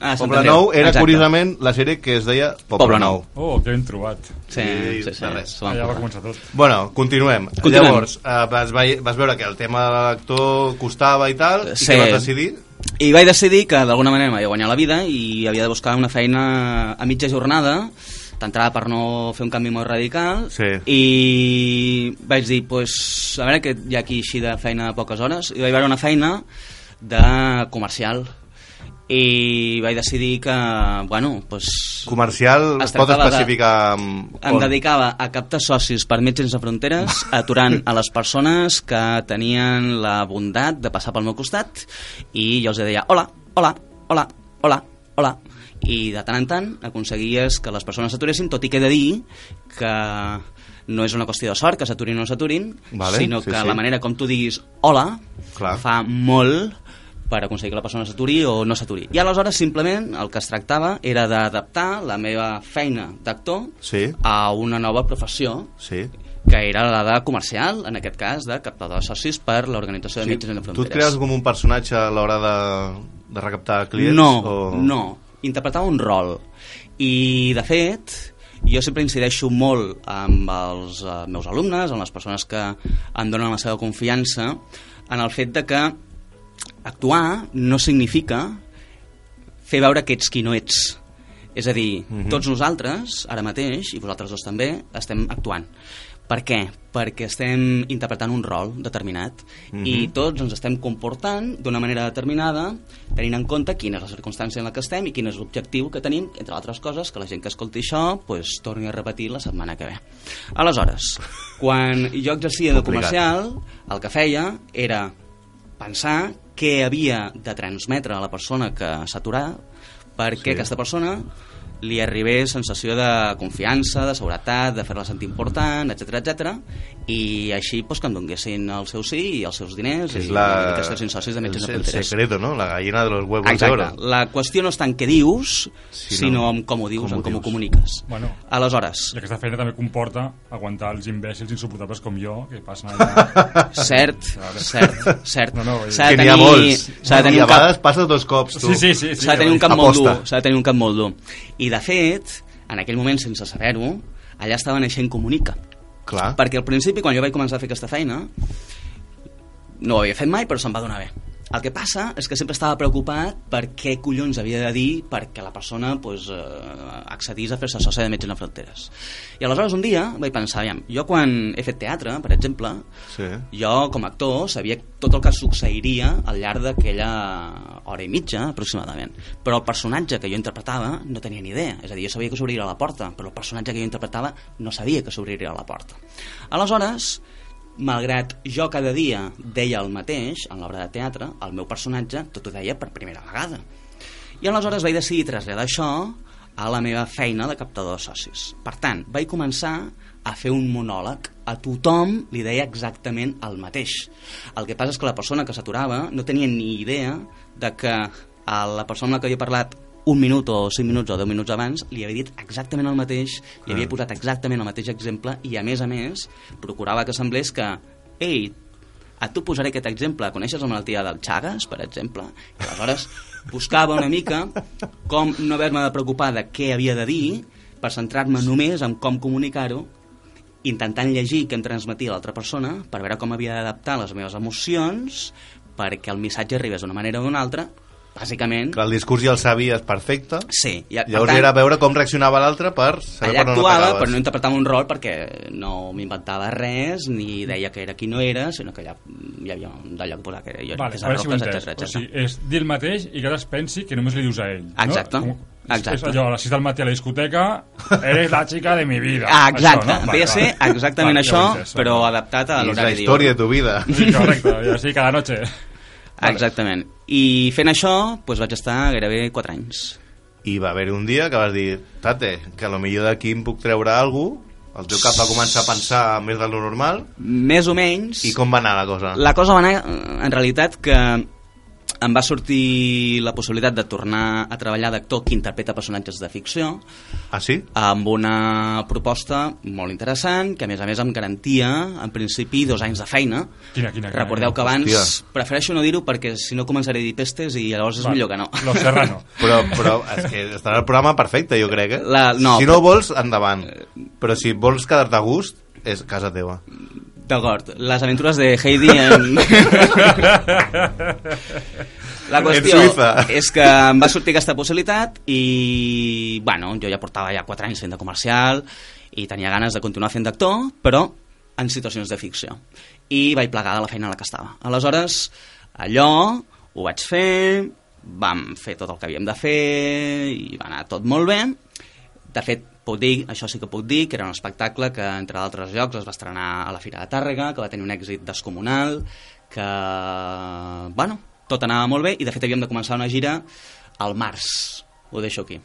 Speaker 7: Ah, Sant
Speaker 3: Poble
Speaker 7: Andreu.
Speaker 3: Nou era,
Speaker 7: Exacte.
Speaker 3: curiosament, la sèrie que es deia Poble,
Speaker 7: Poble
Speaker 3: Nou.
Speaker 7: Nou.
Speaker 4: Oh, que ben trobat.
Speaker 7: Sí,
Speaker 3: Sí,
Speaker 7: sí, sí,
Speaker 3: de res.
Speaker 7: s'ho van
Speaker 4: Allà va
Speaker 7: posar.
Speaker 4: començar tot.
Speaker 3: Bueno, continuem.
Speaker 7: Continuem.
Speaker 3: Llavors, eh, vas, vai- vas veure que el tema de l'actor costava i tal,
Speaker 7: Sí.
Speaker 3: i què vas decidir?
Speaker 7: I vaig decidir que d'alguna manera m'havia guanyat la vida i havia de buscar una feina a mitja jornada, d'entrada per no fer un canvi molt radical,
Speaker 3: Sí.
Speaker 7: i vaig dir, pues, a veure que hi ha aquí així de feina de poques hores, i vaig veure una feina de comercial, i vaig decidir que, bueno, pues,
Speaker 3: Comercial, es
Speaker 7: Es
Speaker 3: pot
Speaker 7: tractava de-
Speaker 3: especificar... amb-
Speaker 7: Em
Speaker 3: on?
Speaker 7: dedicava a captar socis per Metges Sense
Speaker 3: *laughs*
Speaker 7: Fronteres, aturant a les persones que tenien la bondat de passar pel meu costat i jo els deia hola, hola, hola, hola, hola i de tant en tant aconseguies que les persones s'aturessin, tot i que he de dir que no és una qüestió de sort que s'aturin o no s'aturin,
Speaker 3: Vale,
Speaker 7: sinó
Speaker 3: sí,
Speaker 7: que
Speaker 3: sí.
Speaker 7: la manera com tu diguis hola
Speaker 3: Clar.
Speaker 7: fa molt per aconseguir que la persona s'aturi o no s'aturi. I aleshores simplement el que es tractava era d'adaptar la meva feina d'actor
Speaker 3: Sí.
Speaker 7: a una nova professió
Speaker 3: Sí.
Speaker 7: que era la de comercial, en aquest cas, de captador de socis per l'organització de
Speaker 3: sí.
Speaker 7: sí, Metges Sense
Speaker 3: Tu et
Speaker 7: Fronteres.
Speaker 3: crees com un personatge a l'hora de, de recaptar clients?
Speaker 7: No,
Speaker 3: o...
Speaker 7: no. Interpretava un rol. I, de fet, jo sempre incideixo molt amb els eh, meus alumnes, amb les persones que em donen la seva confiança, en el fet de que actuar no significa fer veure que ets qui no ets. És a dir, mm -hmm. tots nosaltres, ara mateix, i vosaltres dos també, estem actuant. Per què? Perquè estem interpretant un rol determinat i tots ens estem comportant d'una manera determinada, tenint en compte quina és la circumstància en la que estem i quin és l'objectiu que tenim, entre altres coses, que la gent que escolti això pues, torni a repetir la setmana que ve. Aleshores, quan jo exercia de
Speaker 3: Complicat.
Speaker 7: comercial, el que feia era pensar què havia de transmetre a la persona que s'aturà perquè sí. aquesta persona li arribés sensació de confiança, de seguretat, de fer-la sentir important, etc etc. i així pues, que em donguessin el seu sí i els seus diners
Speaker 3: És
Speaker 7: i
Speaker 3: la...
Speaker 7: aquestes socis de metges
Speaker 3: el,
Speaker 7: de
Speaker 3: el
Speaker 7: fronteres.
Speaker 3: secreto, ¿no? La gallina de los huevos de
Speaker 7: Exacte.
Speaker 3: oro.
Speaker 7: La qüestió no està en què dius,
Speaker 3: Sinó
Speaker 7: sinó en com ho dius,
Speaker 3: com ho
Speaker 7: en com ho
Speaker 3: dius.
Speaker 7: comuniques.
Speaker 4: Bueno,
Speaker 7: Aleshores,
Speaker 4: *laughs* i aquesta feina també comporta aguantar els imbècils insuportables com jo, que
Speaker 3: *laughs*
Speaker 4: passen allà...
Speaker 7: cert,
Speaker 4: Ara.
Speaker 7: cert, cert.
Speaker 4: No, no, vull dir-
Speaker 7: S'ha
Speaker 3: que
Speaker 7: de
Speaker 3: n'hi ha
Speaker 7: tenir,
Speaker 3: molts.
Speaker 7: s'ha de
Speaker 3: I
Speaker 7: tenir
Speaker 3: a
Speaker 7: un cap
Speaker 3: vegades passes dos cops, tu.
Speaker 4: Sí, sí, sí. Ah, sí
Speaker 7: s'ha de tenir un cap molt
Speaker 3: Aposta.
Speaker 7: dur, s'ha de tenir un cap molt dur. I de fet, en aquell moment, sense saber-ho, allà estava naixent Comunica.
Speaker 3: Clar.
Speaker 4: Ah.
Speaker 7: Perquè al principi, quan jo vaig començar a fer aquesta feina, no ho havia fet mai, però se'm va donar bé. El que passa és que sempre estava preocupat per què collons havia de dir perquè la persona pues, eh, accedís a fer-se sòcia de Metges en Fronteres. I aleshores un dia vaig pensar, aviam, jo quan he fet teatre, per exemple,
Speaker 3: Sí.
Speaker 7: jo com a actor sabia tot el que succeiria al llarg d'aquella hora i mitja aproximadament però el personatge que jo interpretava no tenia ni idea és a dir, jo sabia que s'obriria la porta però el personatge que jo interpretava no sabia que s'obriria la porta aleshores malgrat jo cada dia deia el mateix en l'obra de teatre el meu personatge tot ho deia per primera vegada i aleshores vaig decidir traslladar això a la meva feina de captador de socis. Per tant, vaig començar a fer un monòleg. A tothom li deia exactament el mateix. El que passa és que la persona que s'aturava no tenia ni idea de que a la persona amb la que havia parlat un minut o cinc minuts o deu minuts abans li havia dit exactament el mateix, li havia posat exactament el mateix exemple i, a més a més, procurava que semblés que ei, a tu posaré aquest exemple. Coneixes la malaltia del Chagas, per exemple? I aleshores buscava una mica com no haver-me de preocupar de què havia de dir per centrar-me només en com comunicar-ho intentant llegir què em transmetia l'altra persona per veure com havia d'adaptar les meves emocions perquè el missatge arribés d'una manera o d'una altra bàsicament
Speaker 3: Clar, el discurs ja el sabies perfecte.
Speaker 7: sí, i,
Speaker 3: Llavors era veure com reaccionava l'altre per saber
Speaker 7: allà
Speaker 3: per on
Speaker 7: actuava,
Speaker 3: atacaves.
Speaker 7: però no interpretava un rol perquè no m'inventava res, ni deia que era qui no era, sinó que allà hi havia un d'allò que posava que era jo,
Speaker 4: Vale,
Speaker 7: que
Speaker 4: a veure si ho he
Speaker 7: roques,
Speaker 4: entès. O sigui, és dir el mateix i que ara es pensi que només li dius a ell.
Speaker 7: Exacte,
Speaker 4: No? Com-
Speaker 7: exacte.
Speaker 4: És allò, a les 6 del matí a la discoteca, eres la xica de mi vida.
Speaker 7: Ah, exacte,
Speaker 4: Això, no?
Speaker 7: ve a ser *laughs* exactament
Speaker 4: Vale, ja
Speaker 7: això,
Speaker 4: ho he entès,
Speaker 7: però
Speaker 4: vale.
Speaker 7: adaptat
Speaker 3: I
Speaker 7: a
Speaker 3: és la
Speaker 7: l'horari
Speaker 3: història de tu vida.
Speaker 4: Sí, correcte, ja sí, cada noche.
Speaker 7: Exactament. I fent això, doncs vaig estar gairebé 4 anys.
Speaker 3: I va haver un dia que vas dir, tate, que a lo millor d'aquí em puc treure alguna cosa, el teu cap va començar a pensar més del normal,
Speaker 7: Més o menys...
Speaker 3: i com va anar la cosa?
Speaker 7: La cosa va anar, eh, en realitat, que em va sortir la possibilitat de tornar a treballar d'actor que interpreta personatges de ficció,
Speaker 3: Ah, sí?
Speaker 7: amb una proposta molt interessant, que a més a més em garantia, en principi, dos anys de feina.
Speaker 4: Quina, quina, quina,
Speaker 7: Recordeu que abans,
Speaker 3: Hòstia.
Speaker 7: prefereixo no dir-ho perquè si no començaré a dir pestes i llavors és
Speaker 4: Vale.
Speaker 7: millor que no.
Speaker 4: Lo serrano.
Speaker 3: Però, però és que estarà el programa perfecte, jo crec, eh?
Speaker 7: La- no,
Speaker 3: si no vols, endavant. Però si vols quedar-te a gust, és casa teva.
Speaker 7: D'acord, les aventures de Heidi
Speaker 3: *laughs*
Speaker 7: en... La
Speaker 3: En
Speaker 7: qüestió
Speaker 3: Suïssa.
Speaker 7: és que em va sortir aquesta possibilitat i, bueno, jo ja portava ja 4 anys fent de comercial i tenia ganes de continuar fent d'actor, però en situacions de ficció. I vaig plegar de la feina a la que estava. Aleshores, allò ho vaig fer, vam fer tot el que havíem de fer i va anar tot molt bé. De fet, puc dir, això sí que puc dir, que era un espectacle que, entre d'altres llocs, es va estrenar a la Fira de Tàrrega, que va tenir un èxit descomunal, que, bueno, tot anava molt bé, i de fet havíem de començar una gira al març, ho deixo aquí.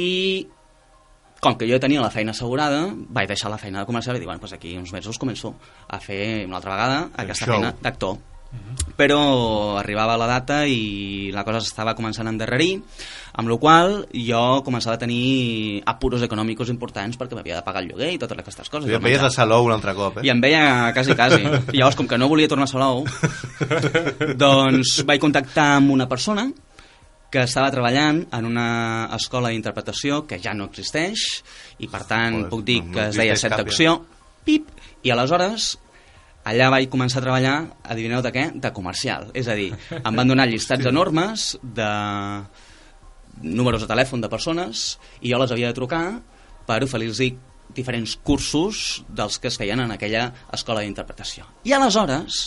Speaker 7: I com que jo tenia la feina assegurada, vaig deixar la feina de comercial i dic, bueno, doncs aquí uns mesos començo a fer una altra vegada aquesta
Speaker 3: show.
Speaker 7: feina d'actor. Però arribava la data i la cosa s'estava començant a endarrerir, amb la qual cosa jo començava a tenir apuros econòmics importants perquè m'havia de pagar el lloguer i totes aquestes coses.
Speaker 3: I et veies a Salou un altre cop, eh?
Speaker 7: I em veia quasi,
Speaker 3: *laughs*
Speaker 7: quasi. I llavors, com que no volia tornar a Salou, doncs vaig contactar amb una persona que estava treballant en una escola d'interpretació que ja no existeix i, per tant,
Speaker 3: Joder,
Speaker 7: puc dir
Speaker 3: no
Speaker 7: que es deia
Speaker 3: existeix
Speaker 7: set
Speaker 3: cap, ja.
Speaker 7: d'acció. Pip! I aleshores allà vaig començar a treballar, adivineu de què? De comercial. És a dir, em van donar
Speaker 3: *laughs*
Speaker 7: llistats enormes de números de telèfon de persones i jo les havia de trucar per oferir-los diferents cursos dels que es feien en aquella escola d'interpretació. I aleshores,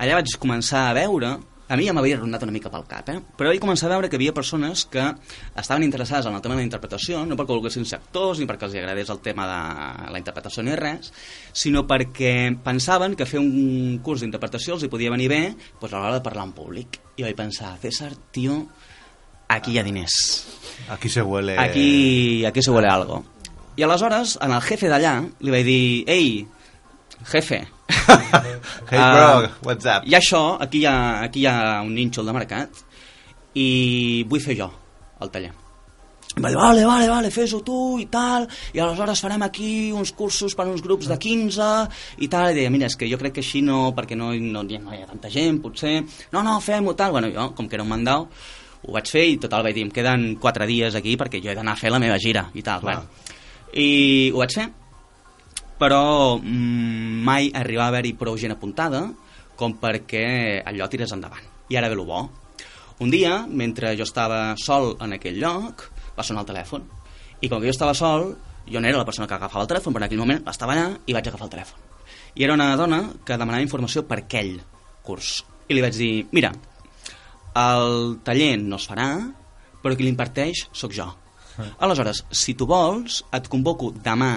Speaker 7: allà vaig començar a veure a mi ja m'havia rondat una mica pel cap, eh? però vaig començar a veure que hi havia persones que estaven interessades en el tema de la interpretació, no perquè volguessin ser actors ni perquè els agradés el tema de la interpretació ni res, sinó perquè pensaven que fer un curs d'interpretació els hi podia venir bé doncs, a l'hora de parlar en públic. I vaig pensar, César, tio, aquí hi ha diners.
Speaker 3: Aquí se huele...
Speaker 7: Aquí, aquí se huele algo. I aleshores, en el jefe d'allà, li vaig dir, ei, jefe,
Speaker 3: *laughs* Hey bro,
Speaker 7: Ah.
Speaker 3: what's up?
Speaker 7: I això, aquí hi ha, aquí hi ha un nínxol de mercat i vull fer jo el taller. Em va dir, vale, vale, vale, fes-ho tu i tal, i aleshores farem aquí uns cursos per uns grups de 15 i tal, i deia, mira, és que jo crec que així no, perquè no, no, hi ha- no hi ha tanta gent, potser, no, no, fem-ho tal, bueno, jo, com que era un mandau, ho vaig fer i total vaig dir, em queden 4 dies aquí perquè jo he d'anar a fer la meva gira i tal,
Speaker 3: Clar.
Speaker 7: bueno. I ho vaig fer, però mm, mai arribava a haver-hi prou gent apuntada com perquè allò tirés endavant. I ara ve el bo. Un dia, mentre jo estava sol en aquell lloc, va sonar el telèfon. I com que jo estava sol, jo no era la persona que agafava el telèfon, però en aquell moment estava allà i vaig agafar el telèfon. I era una dona que demanava informació per aquell curs. I li vaig dir, mira, el taller no es farà, però qui l'imparteix sóc jo. Aleshores, si tu vols, et convoco demà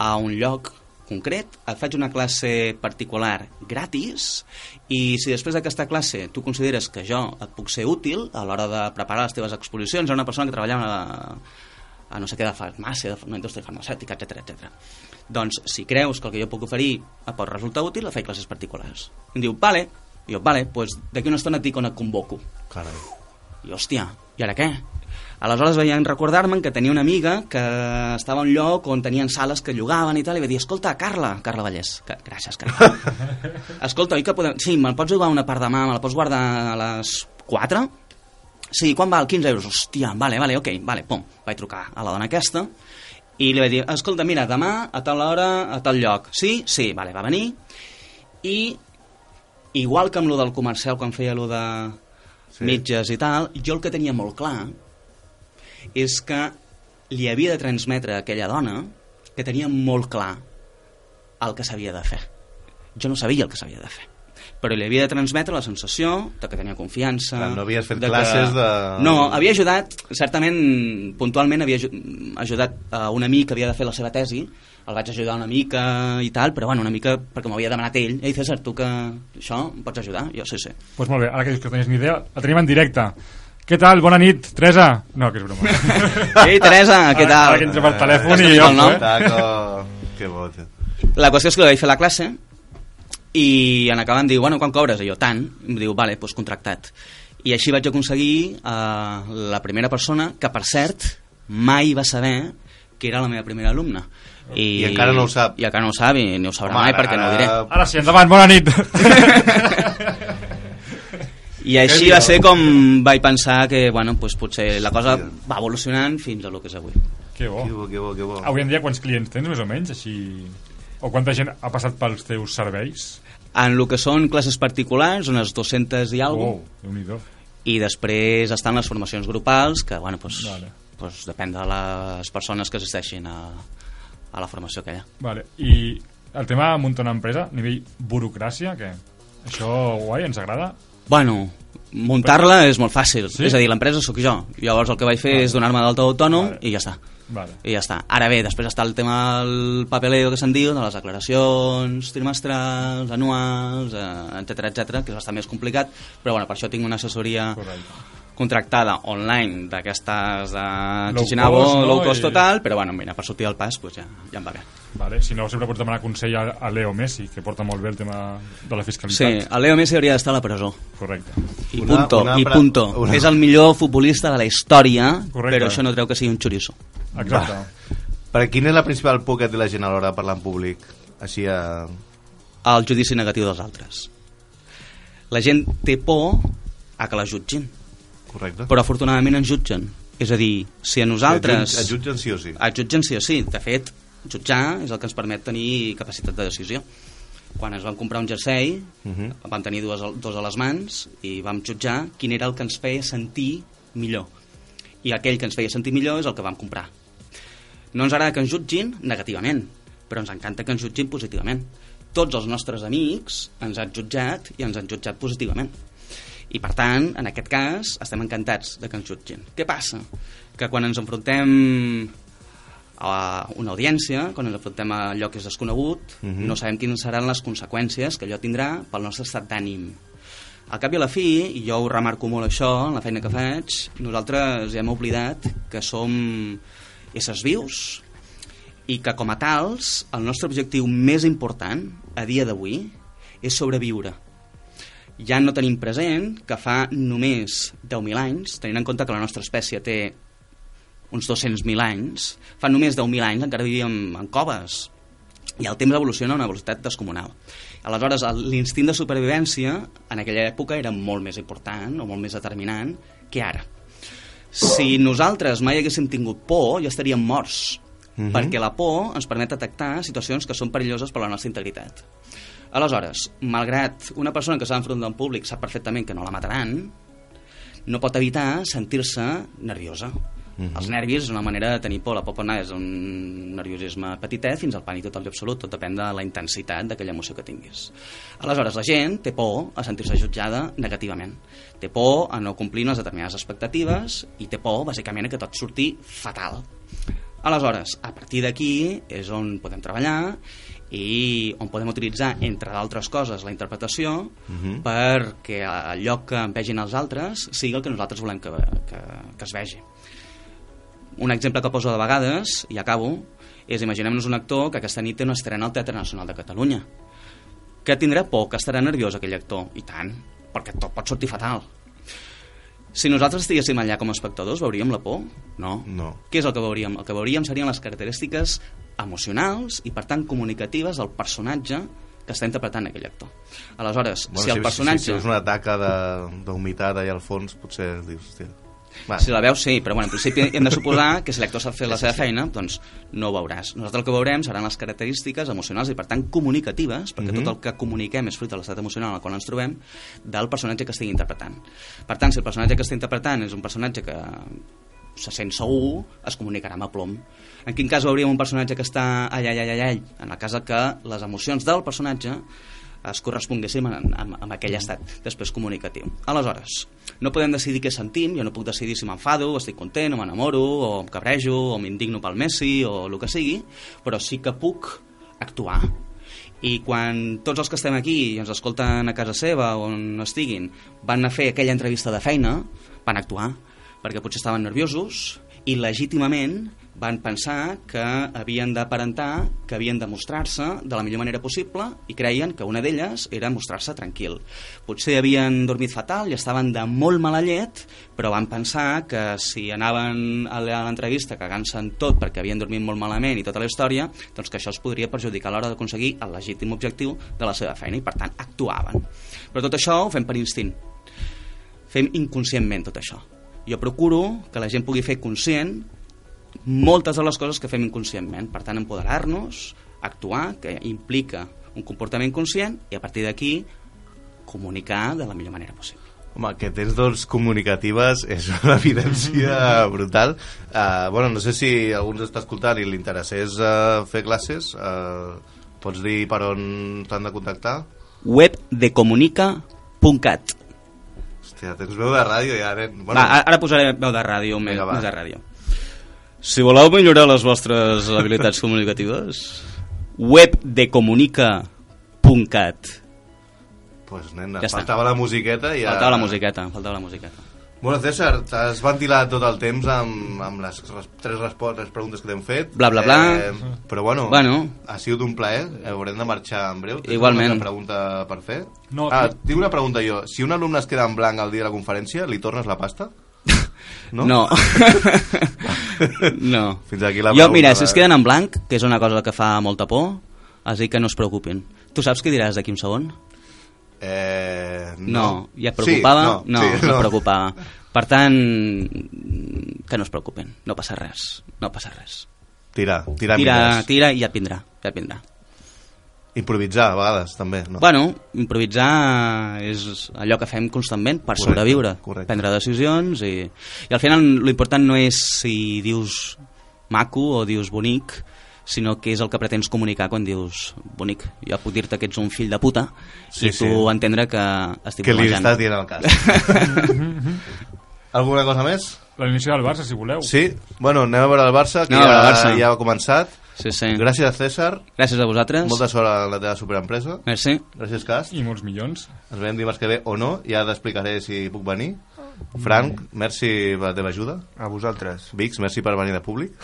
Speaker 7: a un lloc concret, et faig una classe particular gratis i si després d'aquesta classe tu consideres que jo et puc ser útil a l'hora de preparar les teves exposicions a una persona que treballa a, a no sé què de farmàcia, de una indústria farmacèutica, etc etc. Doncs si creus que el que jo puc oferir et pot resultar útil, a fer classes particulars. Em diu, vale, i jo, vale, doncs d'aquí una estona et dic on et convoco.
Speaker 3: Carai.
Speaker 7: I hòstia, i ara què? Aleshores veien recordar-me que tenia una amiga que estava a un lloc on tenien sales que llogaven i tal, i va dir, escolta, Carla, Carla Vallès, que, gràcies, Carla. escolta, oi que podem... Sí, me'l pots jugar una part demà, me la pots guardar a les 4? Sí, quan val? 15 euros. Hòstia, vale, vale, ok, vale, pum. Vaig trucar a la dona aquesta i li vaig dir, escolta, mira, demà a tal hora, a tal lloc. Sí? Sí, vale, va venir. I igual que amb lo del comercial quan feia lo de
Speaker 3: Sí.
Speaker 7: sí. metges i tal, jo el que tenia molt clar és que li havia de transmetre a aquella dona que tenia molt clar el que s'havia de fer. Jo no sabia el que s'havia de fer però li havia de transmetre la sensació de que tenia confiança...
Speaker 3: Clar, no havies fet
Speaker 7: Ah, de
Speaker 3: classes de-
Speaker 7: No, havia ajudat, certament, puntualment havia aju- ajudat a un amic que havia de fer la seva tesi, el vaig ajudar una mica i tal, però bueno, una mica perquè m'ho havia demanat ell. Ei, César, tu que això em pots ajudar? Jo
Speaker 4: *laughs*
Speaker 7: sí, sí.
Speaker 4: Pues molt bé, ara que dius que no tenies ni idea, la tenim en directe. Què tal? Bona nit, Teresa. No, que és
Speaker 7: *laughs*
Speaker 4: broma.
Speaker 7: Ei, Teresa, què
Speaker 4: Ara,
Speaker 7: tal?
Speaker 4: ara que entra per telèfon i
Speaker 7: Has canviat
Speaker 4: jo...
Speaker 7: el nom?
Speaker 4: Eh?
Speaker 3: Taco... Que bo, tio.
Speaker 7: La qüestió és que li vaig fer la classe i en acabar em diu, bueno, quan cobres? I jo, tant. I em diu, vale, doncs contractat. I així vaig aconseguir eh, la primera persona que, per cert, mai va saber que era la meva primera alumna. I,
Speaker 3: I encara no ho sap.
Speaker 7: I encara no ho sap i ni ho sabrà
Speaker 3: Home,
Speaker 7: mai
Speaker 3: ara-
Speaker 7: perquè no ho diré.
Speaker 3: ara-
Speaker 4: Ara sí, endavant, bona
Speaker 7: *laughs*
Speaker 4: nit.
Speaker 7: I així va ser com vaig pensar que, bueno, doncs potser la cosa
Speaker 3: Hòstia.
Speaker 7: va evolucionant fins a lo que és avui.
Speaker 4: que bo.
Speaker 3: Que bo, que bo, que bo.
Speaker 4: Avui en dia quants clients tens, més o menys, així... O quanta gent ha passat pels teus serveis?
Speaker 7: En el que són classes particulars, unes 200 i alguna
Speaker 4: Wow, déu nhi
Speaker 7: i després estan les formacions grupals que bueno, pues,
Speaker 4: Vale.
Speaker 7: vale. pues, depèn de les persones que assisteixin a, a la formació aquella
Speaker 4: Vale. I el tema de muntar una empresa, a nivell burocràcia, què? Això guai, ens agrada?
Speaker 7: bueno, muntar-la és molt fàcil
Speaker 4: Sí?
Speaker 7: sí? és a dir, l'empresa sóc jo llavors el que vaig fer vale. és donar-me d'alta d'autònom
Speaker 4: Vale.
Speaker 7: vale. i ja està
Speaker 4: Vale.
Speaker 7: i ja està. Ara bé, després està el tema del papeleo que se'n diu, de les declaracions trimestrals, anuals, etc etc que és bastant més complicat, però bueno, per això tinc una assessoria
Speaker 4: Correcte.
Speaker 7: contractada online d'aquestes de
Speaker 4: Low
Speaker 7: Chichinabo,
Speaker 4: cost, no?
Speaker 7: low cost
Speaker 4: I-
Speaker 7: total, però bueno, mira, per sortir del pas pues ja, ja em va bé.
Speaker 4: Vale. Si no, sempre pots demanar consell a, a Leo Messi, que porta molt bé el tema de la
Speaker 7: Sí,
Speaker 4: fiscalitat.
Speaker 7: el Leo Messi hauria d'estar a la presó.
Speaker 4: Correcte.
Speaker 7: I
Speaker 3: Una-
Speaker 7: punto,
Speaker 3: una
Speaker 7: i
Speaker 3: pra-
Speaker 7: punto.
Speaker 3: una-
Speaker 7: És el millor futbolista de la història,
Speaker 4: Correcte.
Speaker 7: però això no treu que sigui un xoriço.
Speaker 4: Exacte.
Speaker 3: Va. Per quina és la principal por que té la gent a l'hora de parlar en públic? Així eh, a...
Speaker 7: El judici negatiu dels altres. La gent té por a que la jutgin,
Speaker 3: Correcte?
Speaker 7: però afortunadament ens jutgen. És a dir, si a nosaltres...
Speaker 3: Et jutgen sí o sí.
Speaker 7: Et jutgen sí o sí. De fet, jutjar és el que ens permet tenir capacitat de decisió. Quan ens vam comprar un jersei, uh
Speaker 3: Mhm.
Speaker 7: -huh. vam tenir dues, al- dos a les mans i vam jutjar quin era el que ens feia sentir millor. I aquell que ens feia sentir millor és el que vam comprar. No ens agrada que ens jutgin negativament, però ens encanta que ens jutgin positivament. Tots els nostres amics ens han jutjat i ens han jutjat positivament. I per tant, en aquest cas, estem encantats de que ens jutgin. Què passa? Que quan ens enfrontem a una audiència, quan ens enfrontem a allò que és desconegut, no sabem quines seran les conseqüències que allò tindrà pel nostre estat d'ànim. Al cap i a la fi, i jo ho remarco molt això, en la feina que faig, nosaltres ja hem oblidat que som éssers vius i que com a tals el nostre objectiu més important a dia d'avui és sobreviure. Ja no tenim present que fa només 10.000 anys, tenint en compte que la nostra espècie té uns 200.000 anys, fa només 10.000 anys encara vivíem en coves, i el temps evoluciona a una velocitat descomunal. Aleshores, l'instint de supervivència en aquella època era molt més important o molt més determinant que ara. Si nosaltres mai haguéssim tingut por, ja estaríem morts,
Speaker 3: Mhm.
Speaker 7: perquè la por ens permet detectar situacions que són perilloses per a la nostra integritat. Aleshores, malgrat una persona que s'ha d'enfrontar en públic sap perfectament que no la mataran, no pot evitar sentir-se nerviosa. Els nervis és una manera de tenir por. La por pot anar des d'un nerviosisme petitet fins al pànic total i absolut. Tot depèn de la intensitat d'aquella emoció que tinguis. Aleshores, la gent té por a sentir-se jutjada negativament. Té por a no complir unes determinades expectatives i té por, bàsicament, a que tot surti fatal. Aleshores, a partir d'aquí és on podem treballar i on podem utilitzar, entre d'altres coses, la interpretació
Speaker 3: Mhm.
Speaker 7: perquè el lloc que en vegin els altres sigui el que nosaltres volem que, que, que es vegi. Un exemple que poso de vegades, i acabo, és imaginem-nos un actor que aquesta nit té una estrena al Teatre Nacional de Catalunya. Que tindrà por, que estarà nerviós aquell actor, i tant, perquè tot pot sortir fatal. Si nosaltres estiguéssim allà com a espectadors, veuríem la por? No.
Speaker 3: No.
Speaker 7: Què és el que veuríem? El que veuríem serien les característiques emocionals i, per tant, comunicatives del personatge que està interpretant aquell actor. Aleshores,
Speaker 3: Bueno,
Speaker 7: si el personatge...
Speaker 3: Si, si, si és una taca de- d'humitat allà al fons, potser dius, hòstia... Va,
Speaker 7: Si la veus, sí, però bueno, en principi hem de suposar que si l'actor sap fer la seva feina, doncs no ho veuràs. Nosaltres el que veurem seran les característiques emocionals i, per tant, comunicatives, perquè
Speaker 3: Mhm.
Speaker 7: tot el que comuniquem és fruit de l'estat emocional en el qual ens trobem, del personatge que estigui interpretant. Per tant, si el personatge que està interpretant és un personatge que se sent segur, es comunicarà amb aplom. En quin cas veuríem un personatge que està allà, allà, allà, allà, en el cas que les emocions del personatge es corresponguéssim amb, amb, amb aquell estat després comunicatiu. Aleshores, no podem decidir què sentim, jo no puc decidir si m'enfado, o estic content, o m'enamoro, o em cabrejo, o m'indigno pel Messi, o el que sigui, però sí que puc actuar. I quan tots els que estem aquí i ens escolten a casa seva, on estiguin, van a fer aquella entrevista de feina, van actuar, perquè potser estaven nerviosos i legítimament van pensar que havien d'aparentar, que havien de mostrar-se de la millor manera possible i creien que una d'elles era mostrar-se tranquil. Potser havien dormit fatal i estaven de molt mala llet, però van pensar que si anaven a la- a l'entrevista cagant-se en tot perquè havien dormit molt malament i tota la història, doncs que això els podria perjudicar a l'hora d'aconseguir el legítim objectiu de la seva feina i, per tant, actuaven. Però tot això ho fem per instint fem inconscientment tot això. Jo procuro que la gent pugui fer conscient moltes de les coses que fem inconscientment. Per tant, empoderar-nos, actuar, que implica un comportament conscient i a partir d'aquí comunicar de la millor manera possible.
Speaker 3: Home, que tens dos comunicatives és *laughs* una
Speaker 7: *laughs*
Speaker 3: evidència brutal. Uh, bueno, no sé si algú ens està escoltant i li interessés uh, fer classes. Uh, pots dir per on t'han de contactar?
Speaker 7: webdecomunica.cat
Speaker 3: Hòstia, tens veu de ràdio ja, nen.
Speaker 7: bueno. Va, a- ara posaré veu de ràdio, més,
Speaker 3: Vinga, va.
Speaker 7: més de ràdio. Si voleu millorar les vostres *laughs* habilitats comunicatives, webdecomunica.cat
Speaker 3: pues, nen,
Speaker 7: ah.
Speaker 3: ja
Speaker 7: Ja està.
Speaker 3: faltava la musiqueta i ja...
Speaker 7: Faltava la musiqueta, faltava la musiqueta.
Speaker 3: Bueno, César, t'has ventilat tot el temps amb, amb les res, tres respostes, preguntes que t'hem fet. Eh,
Speaker 7: Bla, bla, bla.
Speaker 3: però bueno,
Speaker 7: Bueno.
Speaker 3: ha sigut un plaer. Eh, Haurem de marxar en breu. Tens
Speaker 7: Igualment.
Speaker 3: Una altra pregunta per fer?
Speaker 4: No,
Speaker 3: ah,
Speaker 4: no.
Speaker 3: tinc una pregunta jo. Si un alumne es queda en blanc el dia de la conferència, li tornes la
Speaker 7: *laughs*
Speaker 3: pasta? No? *laughs*
Speaker 7: No. no.
Speaker 3: Fins aquí la
Speaker 7: jo,
Speaker 3: pregunta
Speaker 7: mira,
Speaker 3: de-
Speaker 7: si es queden en blanc, que és una cosa que fa molta por, així que no es preocupin. Tu saps què diràs d'aquí un segon?
Speaker 3: Eh,
Speaker 7: No, ja et preocupava?
Speaker 3: Sí, no, sí,
Speaker 7: no, no et preocupava. Per tant, que no es preocupin, no passa res, no passa res.
Speaker 3: Tira, tira,
Speaker 7: Tira,
Speaker 3: tira, tira.
Speaker 7: tira i ja et vindrà, ja et vindrà.
Speaker 3: Improvisar, a vegades, també. No?
Speaker 7: Bueno, improvisar és allò que fem constantment per
Speaker 3: Correcte,
Speaker 7: sobreviure,
Speaker 3: correcte.
Speaker 7: prendre decisions i, i al final l'important no és si dius maco o dius bonic, sinó que és el que pretens comunicar quan dius bonic. Jo puc dir-te que ets un fill de puta
Speaker 3: Sí,
Speaker 7: i tu
Speaker 3: sí.
Speaker 7: entendre que estic
Speaker 3: que li
Speaker 7: plantejant.
Speaker 3: estàs dient al cas.
Speaker 7: *laughs*
Speaker 3: Alguna cosa més?
Speaker 4: La inici del Barça, si voleu.
Speaker 3: Sí? Bueno, anem a veure el Barça, que
Speaker 7: Anem a
Speaker 3: ja,
Speaker 7: veure el Barça.
Speaker 3: ja ha començat.
Speaker 7: Sí, sí.
Speaker 3: Gràcies, César.
Speaker 7: Gràcies a vosaltres.
Speaker 3: Molta sort a la teva superempresa.
Speaker 7: Merci.
Speaker 3: Gràcies, Cas.
Speaker 4: I molts milions.
Speaker 3: Ens veiem dimarts que ve o no. Ja t'explicaré si puc venir. Frank, merci per la teva ajuda.
Speaker 6: A vosaltres.
Speaker 3: Vix, merci per venir de públic.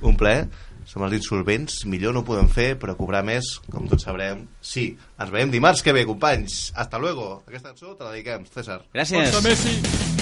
Speaker 3: Un plaer. Som els insolvents, millor no ho podem fer, però cobrar més, com tots sabrem. Sí, ens veiem dimarts que ve, companys. Hasta luego. Aquesta cançó te la dediquem, César.
Speaker 7: Gràcies.
Speaker 4: Força Messi!